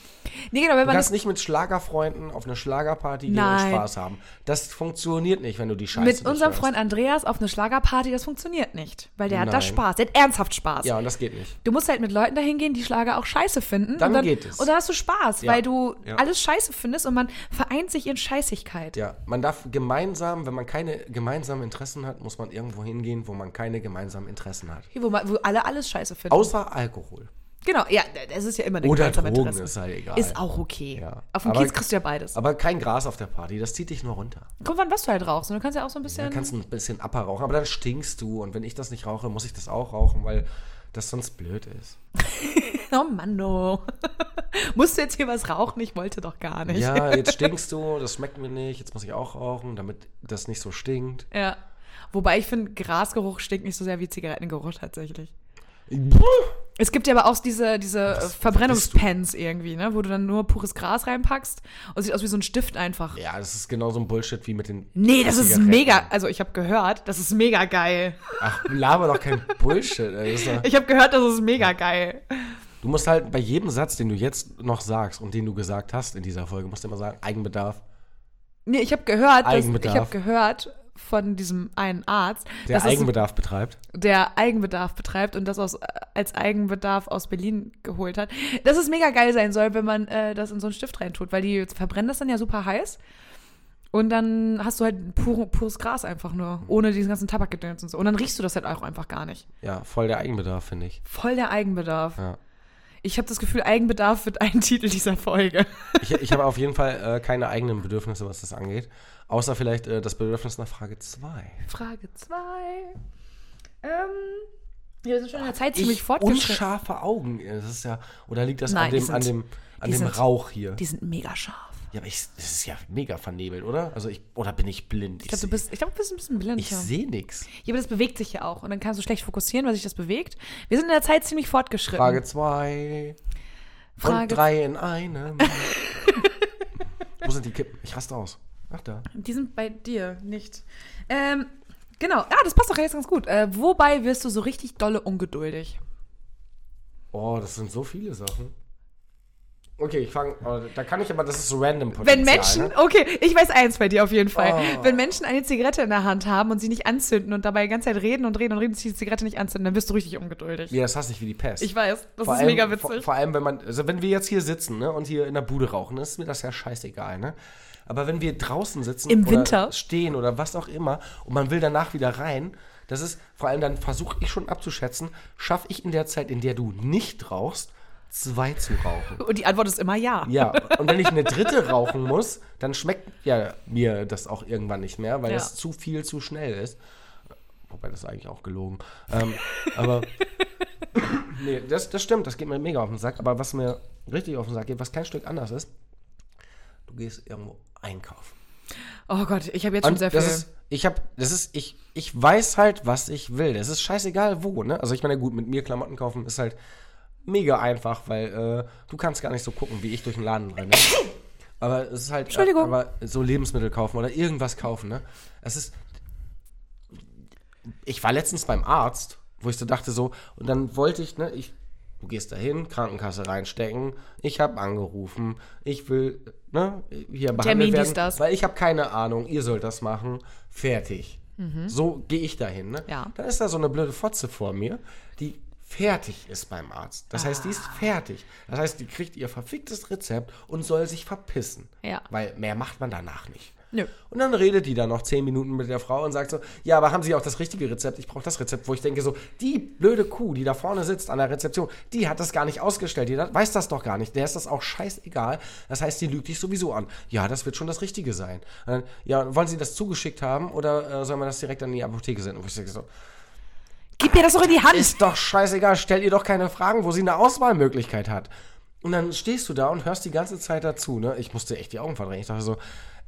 Speaker 4: Nee, genau, wenn
Speaker 3: Du
Speaker 4: man
Speaker 3: kannst
Speaker 4: das
Speaker 3: nicht mit Schlagerfreunden auf eine Schlagerparty gehen und
Speaker 4: Nein.
Speaker 3: Spaß haben. Das funktioniert nicht, wenn du die Scheiße
Speaker 4: mit
Speaker 3: nicht
Speaker 4: unserem
Speaker 3: hörst.
Speaker 4: Freund Andreas auf eine Schlagerparty, das funktioniert nicht. Weil der hat da
Speaker 3: Nein.
Speaker 4: Spaß, der hat ernsthaft Spaß.
Speaker 3: Ja, und das geht nicht.
Speaker 4: Du musst halt mit Leuten dahin gehen, die Schlager auch scheiße finden.
Speaker 3: Dann
Speaker 4: und dann,
Speaker 3: geht es.
Speaker 4: Und dann hast du Spaß,
Speaker 3: Ja.
Speaker 4: weil du
Speaker 3: Ja.
Speaker 4: alles scheiße findest und man vereint sich in Scheißigkeit.
Speaker 3: Ja, man darf gemeinsam, wenn man keine gemeinsamen Interessen hat, muss man irgendwo hingehen, wo man keine gemeinsamen Interessen hat.
Speaker 4: Hier, Wo, man, wo alle alles scheiße finden.
Speaker 3: Außer Alkohol.
Speaker 4: genau, ja, das ist ja immer eine
Speaker 3: Oder
Speaker 4: gemeinsame
Speaker 3: Drogen,
Speaker 4: Interesse.
Speaker 3: ist halt egal.
Speaker 4: Ist auch okay.
Speaker 3: Ja.
Speaker 4: Auf dem
Speaker 3: Aber-
Speaker 4: Kiez kriegst du ja beides.
Speaker 3: Aber kein Gras auf der Party, das zieht dich nur runter.
Speaker 4: Guck, wann was du halt rauchst. Und du kannst ja auch so ein bisschen.
Speaker 3: Du kannst ein bisschen Appa rauchen, aber dann stinkst du. Und wenn ich das nicht rauche, muss ich das auch rauchen, weil das sonst blöd ist.
Speaker 4: oh Mann, no. Musst du jetzt hier was rauchen? Ich wollte doch gar nicht.
Speaker 3: Ja, jetzt stinkst du, das schmeckt mir nicht, jetzt muss ich auch rauchen, damit das nicht so stinkt.
Speaker 4: Ja. Wobei ich finde, Grasgeruch stinkt nicht so sehr wie Zigarettengeruch tatsächlich. Es gibt ja aber auch diese, diese äh, Verbrennungspens irgendwie, ne? wo du dann nur pures Gras reinpackst und sieht aus wie so ein Stift einfach.
Speaker 3: Ja, das ist genauso ein Bullshit wie mit den.
Speaker 4: Nee, das ist
Speaker 3: Zigaretten.
Speaker 4: mega. Also ich habe gehört, das ist mega geil.
Speaker 3: Ach, laber doch kein Bullshit. Ey. Das ist doch-
Speaker 4: Ich habe gehört, das ist mega geil.
Speaker 3: Du musst halt bei jedem Satz, den du jetzt noch sagst und den du gesagt hast in dieser Folge, musst du immer sagen, Eigenbedarf.
Speaker 4: Nee, ich habe gehört, dass, ich
Speaker 3: Eigenbedarf.
Speaker 4: habe gehört von diesem einen Arzt,
Speaker 3: Der
Speaker 4: dass es,
Speaker 3: Eigenbedarf betreibt.
Speaker 4: der Eigenbedarf betreibt und das aus, äh, als Eigenbedarf aus Berlin geholt hat, dass es mega geil sein soll, wenn man äh, das in so einen Stift reintut, weil die verbrennen das dann ja super heiß und dann hast du halt pur, pures Gras einfach nur, ohne diesen ganzen Tabakgedöns und so. Und dann riechst du das halt auch einfach gar nicht.
Speaker 3: Ja, voll der Eigenbedarf, finde ich.
Speaker 4: Voll der Eigenbedarf.
Speaker 3: Ja.
Speaker 4: Ich habe das Gefühl, Eigenbedarf wird ein Titel dieser Folge.
Speaker 3: Ich, ich habe auf jeden Fall äh, keine eigenen Bedürfnisse, was das angeht. Außer vielleicht äh, das Bedürfnis nach Frage 2.
Speaker 4: Frage 2. Ähm, ja, wir sind schon in der Zeit ziemlich fortgeschritten.
Speaker 3: unscharfe Augen. Das ist ja, oder liegt das
Speaker 4: Nein,
Speaker 3: an
Speaker 4: die
Speaker 3: dem, an
Speaker 4: sind-
Speaker 3: dem, an dem
Speaker 4: die sind-
Speaker 3: Rauch hier?
Speaker 4: Die sind mega scharf.
Speaker 3: Ja, aber ich, das ist ja mega vernebelt, oder? Also ich, oder bin ich blind?
Speaker 4: Ich glaube, du bist, ich glaub, du bist ein bisschen blind.
Speaker 3: Ich
Speaker 4: ja.
Speaker 3: sehe nichts.
Speaker 4: Ja, aber das bewegt sich ja auch. Und dann kannst du schlecht fokussieren, weil sich das bewegt. Wir sind in der Zeit ziemlich fortgeschritten.
Speaker 3: Frage 2. Und
Speaker 4: Frage-
Speaker 3: drei in einem. Wo sind die Kippen? Ich raste aus. Ach da.
Speaker 4: Die sind bei dir nicht. Ähm, genau. Ah, das passt doch jetzt ganz gut. Äh, wobei wirst du so richtig dolle ungeduldig?
Speaker 3: Oh, das sind so viele Sachen. Okay, ich fange. Da kann ich aber, das ist random Potenzial.
Speaker 4: Wenn Menschen,
Speaker 3: Ne?
Speaker 4: okay, ich weiß eins bei dir auf jeden Fall.
Speaker 3: Oh.
Speaker 4: Wenn Menschen eine Zigarette in der Hand haben und sie nicht anzünden und dabei die ganze Zeit reden und reden und reden, dass sie die Zigarette nicht anzünden, dann wirst du richtig ungeduldig.
Speaker 3: Ja, das hasse ich wie die Pest.
Speaker 4: Ich weiß, das ist
Speaker 3: allem,
Speaker 4: mega
Speaker 3: Vor,
Speaker 4: witzig.
Speaker 3: vor allem, wenn man, also wenn wir jetzt hier sitzen ne, und hier in der Bude rauchen, ist mir das ja scheißegal, ne? Aber wenn wir draußen sitzen
Speaker 4: Im
Speaker 3: oder
Speaker 4: Winter?
Speaker 3: stehen oder was auch immer und man will danach wieder rein, das ist vor allem dann versuche ich schon abzuschätzen, schaffe ich in der Zeit, in der du nicht rauchst, zwei zu rauchen.
Speaker 4: Und die Antwort ist immer ja.
Speaker 3: Ja, und wenn ich eine dritte rauchen muss, dann schmeckt ja mir das auch irgendwann nicht mehr, weil
Speaker 4: Ja.
Speaker 3: das zu viel zu schnell ist. Wobei das ist eigentlich auch gelogen. Ähm, aber nee, das, das stimmt, das geht mir mega auf den Sack. Aber was mir richtig auf den Sack geht, was kein Stück anders ist, du gehst irgendwo einkaufen.
Speaker 4: Oh Gott, ich habe jetzt schon
Speaker 3: Und
Speaker 4: sehr viel.
Speaker 3: das ist, ich habe, das ist, ich, ich weiß halt, was ich will. Es ist scheißegal wo, ne? Also ich meine, gut, mit mir Klamotten kaufen ist halt mega einfach, weil äh, du kannst gar nicht so gucken, wie ich durch den Laden renne. Aber es ist halt,
Speaker 4: Entschuldigung.
Speaker 3: aber so Lebensmittel kaufen oder irgendwas kaufen, ne? Es ist, ich war letztens beim Arzt, wo ich so dachte so, und dann wollte ich, ne, ich, du gehst dahin, Krankenkasse reinstecken, ich habe angerufen, ich will, ne, hier behandelt
Speaker 4: Termin,
Speaker 3: werden,
Speaker 4: dies, das.
Speaker 3: weil ich habe keine Ahnung, ihr sollt das machen, fertig. So gehe ich dahin, ne?
Speaker 4: Mhm. Ja.
Speaker 3: Dann ist da so eine blöde Fotze vor mir, die fertig ist beim Arzt. Das heißt, die ist
Speaker 4: Ah.
Speaker 3: fertig. Das heißt, die kriegt ihr verficktes Rezept und soll sich verpissen.
Speaker 4: Ja.
Speaker 3: Weil mehr macht man danach nicht.
Speaker 4: Nö.
Speaker 3: Und dann redet die da noch zehn Minuten mit der Frau und sagt so, ja, aber haben Sie auch das richtige Rezept? Ich brauche das Rezept, wo ich denke so, die blöde Kuh, die da vorne sitzt an der Rezeption, die hat das gar nicht ausgestellt, die hat- weiß das doch gar nicht, der ist das auch scheißegal. Das heißt, die lügt dich sowieso an. Ja, das wird schon das Richtige sein. Und dann, ja, wollen Sie das zugeschickt haben oder äh, soll man das direkt an die Apotheke senden? Wo ich denke so,
Speaker 4: Gib mir das doch in die Hand.
Speaker 3: ist doch scheißegal, stell ihr doch keine Fragen, wo sie eine Auswahlmöglichkeit hat. Und dann stehst du da und hörst die ganze Zeit dazu, ne? Ich musste echt die Augen verdrehen. Ich dachte so,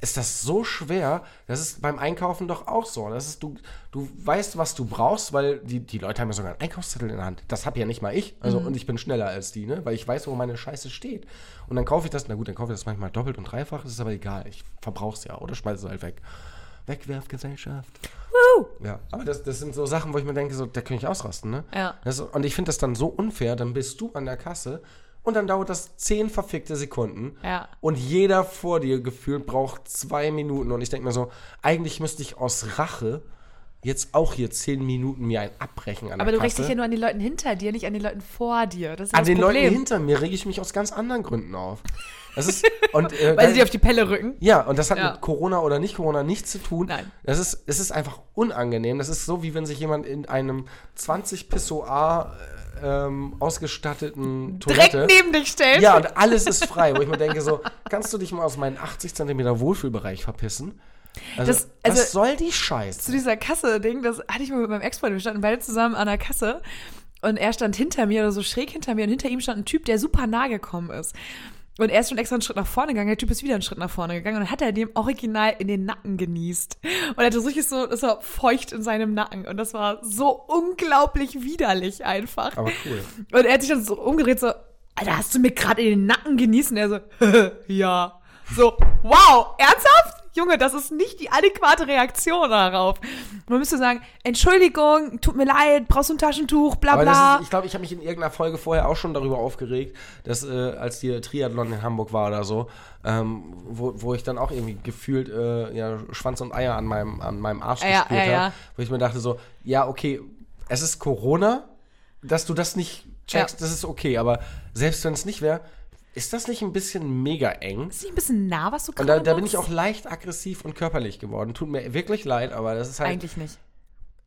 Speaker 3: ist das so schwer? Das ist beim Einkaufen doch auch so. Das ist, du, du weißt, was du brauchst, weil die, die Leute haben ja sogar einen Einkaufszettel in der Hand. Das hab ja nicht mal ich. Also, und ich bin schneller als die, ne? Weil ich weiß, wo meine Scheiße steht. Und dann kaufe ich das, na gut, dann kaufe ich das manchmal doppelt und dreifach, das ist aber egal. Ich verbrauch's ja oder schmeiße es halt weg. Wegwerfgesellschaft. Ja, aber das, das sind so Sachen, wo ich mir denke, so, da könnte ich ausrasten, ne?
Speaker 4: Ja.
Speaker 3: Das, und ich finde das dann so unfair, dann bist du an der Kasse und dann dauert das zehn verfickte Sekunden.
Speaker 4: Ja.
Speaker 3: Und jeder vor dir gefühlt braucht zwei Minuten. Und ich denke mir so, eigentlich müsste ich aus Rache jetzt auch hier zehn Minuten mir ein abbrechen an
Speaker 4: Aber du
Speaker 3: der
Speaker 4: regst
Speaker 3: Kasse.
Speaker 4: dich ja nur an den Leuten hinter dir, nicht an den Leuten vor dir. Das ist
Speaker 3: an
Speaker 4: das
Speaker 3: den
Speaker 4: Problem.
Speaker 3: Leuten hinter mir rege ich mich aus ganz anderen Gründen auf. Das ist, und, äh,
Speaker 4: Weil
Speaker 3: da-
Speaker 4: sie dir auf die Pelle rücken.
Speaker 3: ja, und das hat
Speaker 4: Ja.
Speaker 3: mit Corona oder nicht Corona nichts zu tun.
Speaker 4: Nein.
Speaker 3: Das ist, es ist einfach unangenehm. Das ist so, wie wenn sich jemand in einem 20 Pissoir äh, ähm, ausgestatteten
Speaker 4: Direkt
Speaker 3: Toilette.
Speaker 4: neben dich stellt.
Speaker 3: ja, und alles ist frei, wo ich mir denke, so, kannst du dich mal aus meinem 80 Zentimeter Wohlfühlbereich verpissen? Also,
Speaker 4: Das- also-
Speaker 3: was soll die
Speaker 4: zu
Speaker 3: Scheiße?
Speaker 4: dieser Kasse-Ding, das hatte ich mal mit meinem Ex-Freund. Wir standen beide zusammen an der Kasse und er stand hinter mir oder so schräg hinter mir und hinter ihm stand ein Typ, der super nah gekommen ist. Und er ist schon extra einen Schritt nach vorne gegangen, der Typ ist wieder einen Schritt nach vorne gegangen und dann hat er dem Original in den Nacken genießt. Und er hatte so richtig so, das war feucht in seinem Nacken und das war so unglaublich widerlich einfach.
Speaker 3: Aber cool.
Speaker 4: Und er hat sich dann so umgedreht, so, Alter, hast du mir gerade in den Nacken genießen? Er so, ja. So, wow, ernsthaft? Junge, das ist nicht die adäquate Reaktion darauf. Man müsste sagen, Entschuldigung, tut mir leid, brauchst du ein Taschentuch, bla
Speaker 3: Aber
Speaker 4: bla.
Speaker 3: das ist, ich glaube, ich habe mich in irgendeiner Folge vorher auch schon darüber aufgeregt, dass äh, als die Triathlon in Hamburg war oder so, ähm, wo, wo ich dann auch irgendwie gefühlt äh, ja, Schwanz und Eier an meinem, an meinem Arsch
Speaker 4: Ja,
Speaker 3: gespürt
Speaker 4: ja,
Speaker 3: habe,
Speaker 4: ja.
Speaker 3: wo ich mir dachte so, ja, okay, es ist Corona, dass du das nicht checkst,
Speaker 4: Ja.
Speaker 3: das ist okay, aber selbst wenn es nicht wäre, ist das nicht ein bisschen mega eng?
Speaker 4: ist nicht ein bisschen nah, was du
Speaker 3: Und
Speaker 4: gerade
Speaker 3: da, da bin
Speaker 4: machst?
Speaker 3: ich auch leicht aggressiv und körperlich geworden. Tut mir wirklich leid, aber das ist halt.
Speaker 4: Eigentlich nicht.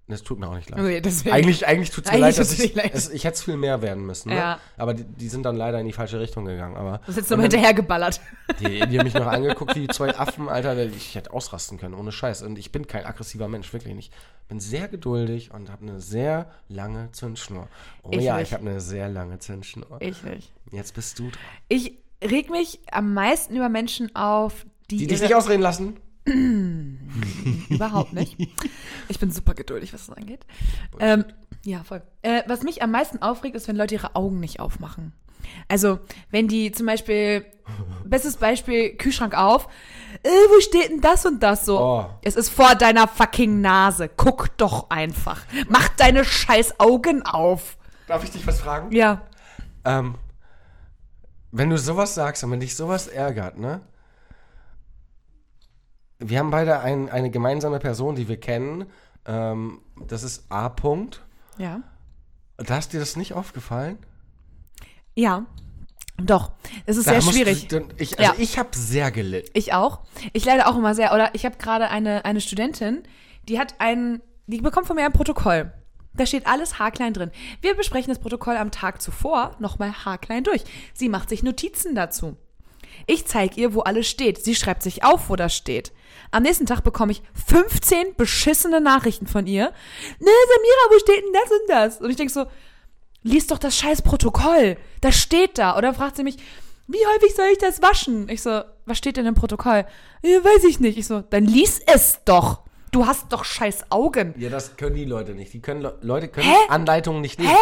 Speaker 3: Das tut mir auch nicht leid.
Speaker 4: Okay, deswegen.
Speaker 3: Eigentlich, eigentlich tut es mir
Speaker 4: Eigentlich
Speaker 3: leid,
Speaker 4: tut's
Speaker 3: dass
Speaker 4: dir
Speaker 3: ich,
Speaker 4: leid.
Speaker 3: es, ich hätte es viel mehr werden müssen. Ne?
Speaker 4: Ja.
Speaker 3: Aber die, die sind dann leider in die falsche Richtung gegangen. Aber
Speaker 4: Das hättest du nochmal hinterhergeballert.
Speaker 3: die, die haben mich noch angeguckt, die zwei Affen, Alter, ich hätte ausrasten können, ohne Scheiß. Und ich bin kein aggressiver Mensch, wirklich nicht. Bin sehr geduldig und habe eine sehr lange Zündschnur. Oh
Speaker 4: Ich
Speaker 3: ja,
Speaker 4: nicht.
Speaker 3: ich habe eine sehr lange Zündschnur.
Speaker 4: Ich nicht.
Speaker 3: Jetzt bist du dran.
Speaker 4: Ich reg mich am meisten über Menschen auf, die,
Speaker 3: Die dich
Speaker 4: ihre-
Speaker 3: nicht ausreden lassen?
Speaker 4: Überhaupt nicht. Ich bin super geduldig, was das angeht. Ähm, ja, voll. Äh, was mich am meisten aufregt, ist, wenn Leute ihre Augen nicht aufmachen. Also, wenn die zum Beispiel, bestes Beispiel, Kühlschrank auf, äh, wo steht denn das und das so?
Speaker 3: Oh.
Speaker 4: Es ist vor deiner fucking Nase. Guck doch einfach. Mach deine scheiß Augen auf.
Speaker 3: Darf ich dich was fragen?
Speaker 4: Ja.
Speaker 3: Ähm, wenn du sowas sagst und wenn dich sowas ärgert, ne? Wir haben beide ein, eine gemeinsame Person, die wir kennen. Ähm, das ist A. -Punkt.
Speaker 4: Ja.
Speaker 3: Da ist dir das nicht aufgefallen?
Speaker 4: Ja. Doch. Es ist
Speaker 3: Da
Speaker 4: sehr
Speaker 3: musst du-
Speaker 4: schwierig.
Speaker 3: dann- ich also
Speaker 4: Ja.
Speaker 3: ich habe sehr gelitten.
Speaker 4: Ich auch. Ich leide auch immer sehr. Oder ich habe gerade eine, eine Studentin, die hat einen, die bekommt von mir ein Protokoll. Da steht alles haarklein drin. Wir besprechen das Protokoll am Tag zuvor nochmal haarklein durch. Sie macht sich Notizen dazu. Ich zeige ihr, wo alles steht. Sie schreibt sich auf, wo das steht. Am nächsten Tag bekomme ich 15 beschissene Nachrichten von ihr. Ne, Samira, wo steht denn das und das? Und ich denke so, lies doch das scheiß Protokoll. Das steht da. Oder fragt sie mich, wie häufig soll ich das waschen? Ich so, was steht denn im Protokoll? "Ja, weiß ich nicht. Ich so, dann lies es doch. Du hast doch scheiß Augen.
Speaker 3: Ja, das können die Leute nicht. Die können Le- Leute können
Speaker 4: Hä?
Speaker 3: Anleitungen nicht nehmen.
Speaker 4: Hä?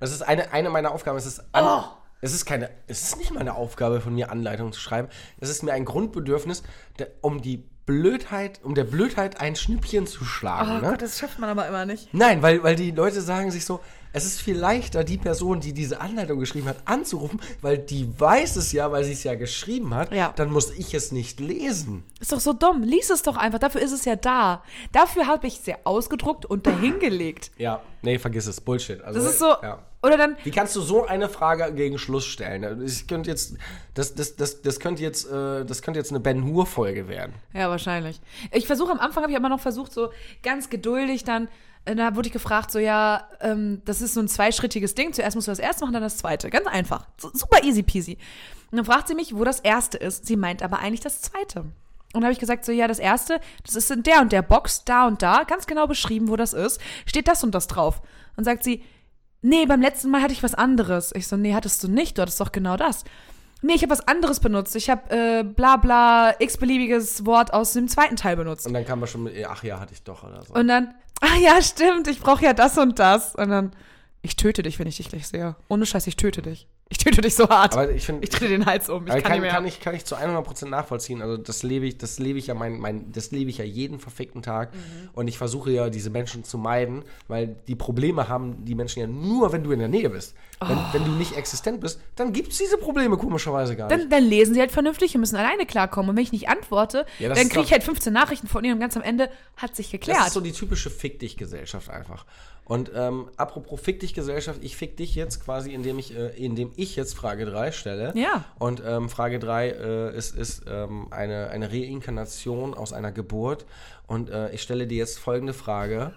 Speaker 3: Das ist eine, eine meiner Aufgaben. Es ist, an,
Speaker 4: Oh.
Speaker 3: es ist keine, es ist nicht meine Aufgabe von mir Anleitungen zu schreiben. Es ist mir ein Grundbedürfnis, der, um die Blödheit, um der
Speaker 4: Oh
Speaker 3: Blödheit ein Schnippchen zu schlagen. ne?
Speaker 4: das schafft man aber immer nicht.
Speaker 3: Nein, weil, weil die Leute sagen sich so, Es ist viel leichter, die Person, die diese Anleitung geschrieben hat, anzurufen, weil die weiß es ja, weil sie es ja geschrieben hat.
Speaker 4: Ja.
Speaker 3: Dann muss ich es nicht lesen.
Speaker 4: Ist doch so dumm. Lies es doch einfach. Dafür ist es ja da. Dafür habe ich es ja ausgedruckt und dahingelegt.
Speaker 3: Ja, nee, vergiss es. Bullshit. Also,
Speaker 4: Das ist so.
Speaker 3: Ja.
Speaker 4: Oder dann,
Speaker 3: Wie kannst du so eine Frage gegen Schluss stellen? Ich könnte jetzt, das, das, das, das könnte jetzt, äh, das könnte jetzt eine Ben Hur-Folge werden.
Speaker 4: Ja, wahrscheinlich. Ich versuche am Anfang, habe ich immer noch versucht, so ganz geduldig dann, äh, da wurde ich gefragt, so ja, ähm, das ist so ein zweischrittiges Ding. Zuerst musst du das erste machen, dann das zweite. Ganz einfach. So, super easy peasy. Und dann fragt sie mich, wo das erste ist. Sie meint aber eigentlich das zweite. Und dann habe ich gesagt, so ja, das erste, das ist in der und der Box, da und da, ganz genau beschrieben, wo das ist, steht das und das drauf. Und sagt sie, nee, beim letzten Mal hatte ich was anderes. Ich so, nee, hattest du nicht, du hattest doch genau das. Nee, ich habe was anderes benutzt. Ich habe äh, bla bla x-beliebiges Wort aus dem zweiten Teil benutzt.
Speaker 3: Und dann kam man schon mit, äh, ach ja, hatte ich doch oder so.
Speaker 4: Und dann, ah ja, stimmt, ich brauche ja das und das. Und dann, ich töte dich, wenn ich dich gleich sehe. Ohne Scheiß, ich töte dich. Ich töte dich so hart.
Speaker 3: Aber ich finde,
Speaker 4: ich drehe den Hals um. Ich
Speaker 3: Aber
Speaker 4: kann,
Speaker 3: kann,
Speaker 4: nicht
Speaker 3: kann,
Speaker 4: mehr.
Speaker 3: ich, kann ich zu 100% nachvollziehen. Also das lebe ich, das lebe ich ja mein, mein, das lebe ich ja jeden verfickten Tag.
Speaker 4: Mhm.
Speaker 3: Und ich versuche ja diese Menschen zu meiden, weil die Probleme haben die Menschen ja nur, wenn du in der Nähe bist.
Speaker 4: Oh.
Speaker 3: Wenn, wenn du nicht existent bist, dann gibt es diese Probleme komischerweise gar nicht.
Speaker 4: dann, dann lesen sie halt vernünftig und müssen alleine klarkommen. Und wenn ich nicht antworte,
Speaker 3: Ja, das
Speaker 4: dann
Speaker 3: ist
Speaker 4: kriege
Speaker 3: doch-
Speaker 4: ich halt 15 Nachrichten von ihnen und ganz am Ende hat sich
Speaker 3: Das
Speaker 4: geklärt.
Speaker 3: ist so die typische Fick dich-Gesellschaft einfach. Und ähm, apropos Fick dich-Gesellschaft, ich fick dich jetzt quasi, indem ich, äh, indem ich jetzt Frage 3 stelle.
Speaker 4: Ja.
Speaker 3: Und ähm, Frage 3 äh, ist, ist ähm, eine, eine Reinkarnation aus einer Geburt. Und äh, ich stelle dir jetzt folgende Frage.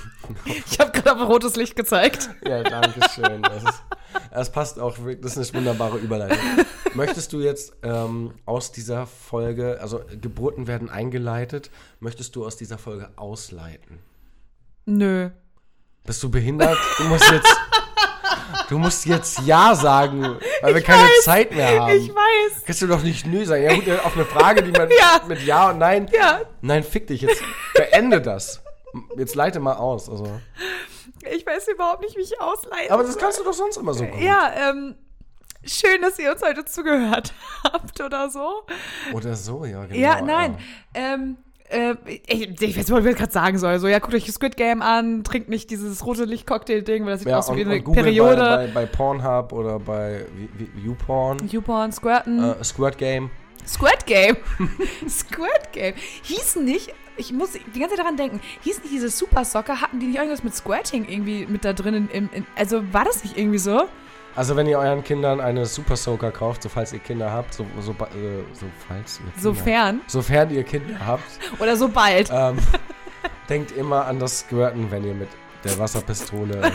Speaker 4: ich habe gerade auf rotes Licht gezeigt.
Speaker 3: Ja, danke schön. Das, ist, das passt auch wirklich. Das ist eine wunderbare Überleitung. Möchtest du jetzt ähm, aus dieser Folge, also Geburten werden eingeleitet, möchtest du aus dieser Folge ausleiten?
Speaker 4: Nö.
Speaker 3: Bist du behindert? Du musst jetzt, du musst jetzt Ja sagen, weil wir keine
Speaker 4: weiß.
Speaker 3: Zeit mehr haben.
Speaker 4: Ich weiß.
Speaker 3: Kannst du doch nicht Nö sagen. Ja, gut, auf eine Frage, die man
Speaker 4: Ja.
Speaker 3: mit Ja und Nein.
Speaker 4: Ja.
Speaker 3: Nein, fick dich. Jetzt beende das. Jetzt leite mal aus. Also.
Speaker 4: Ich weiß überhaupt nicht, wie ich ausleite.
Speaker 3: Aber das kannst du doch sonst immer so gut.
Speaker 4: Ja, ähm, schön, dass ihr uns heute zugehört habt oder so.
Speaker 3: Oder so, ja, genau.
Speaker 4: Ja, nein. Ähm, äh, ich, ich weiß nicht, was ich gerade sagen soll. So, ja, guckt euch das Squid Game an, trinkt nicht dieses rote Licht-Cocktail-Ding, weil das sieht
Speaker 3: Ja,
Speaker 4: aus
Speaker 3: und,
Speaker 4: wie eine
Speaker 3: und Google Bei,
Speaker 4: Periode.
Speaker 3: bei, bei Pornhub oder bei wie- wie- YouPorn,
Speaker 4: Newborn, Squirten.
Speaker 3: äh, Squirt Game.
Speaker 4: Squid Game. Squid Game. Hießen nicht, ich muss die ganze Zeit daran denken, hießen nicht diese Super Soccer, hatten die nicht irgendwas mit Squirting irgendwie mit da drin? In, in, also war das nicht irgendwie so?
Speaker 3: Also wenn ihr euren Kindern eine Super Soaker kauft, so falls ihr Kinder habt, so, so, äh, so falls ihr Kinder
Speaker 4: Sofern.
Speaker 3: Sofern ihr Kinder habt,
Speaker 4: Oder so bald.
Speaker 3: ähm, denkt immer an das Squirten, wenn ihr mit der Wasserpistole.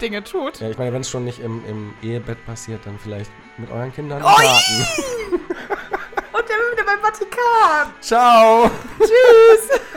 Speaker 4: Dinge tut.
Speaker 3: ja, ich meine, wenn es schon nicht im, im Ehebett passiert, dann vielleicht mit euren Kindern. im
Speaker 4: Oi!
Speaker 3: Garten.
Speaker 4: Und dann sind wir beim Vatikan.
Speaker 3: Ciao!
Speaker 4: Tschüss.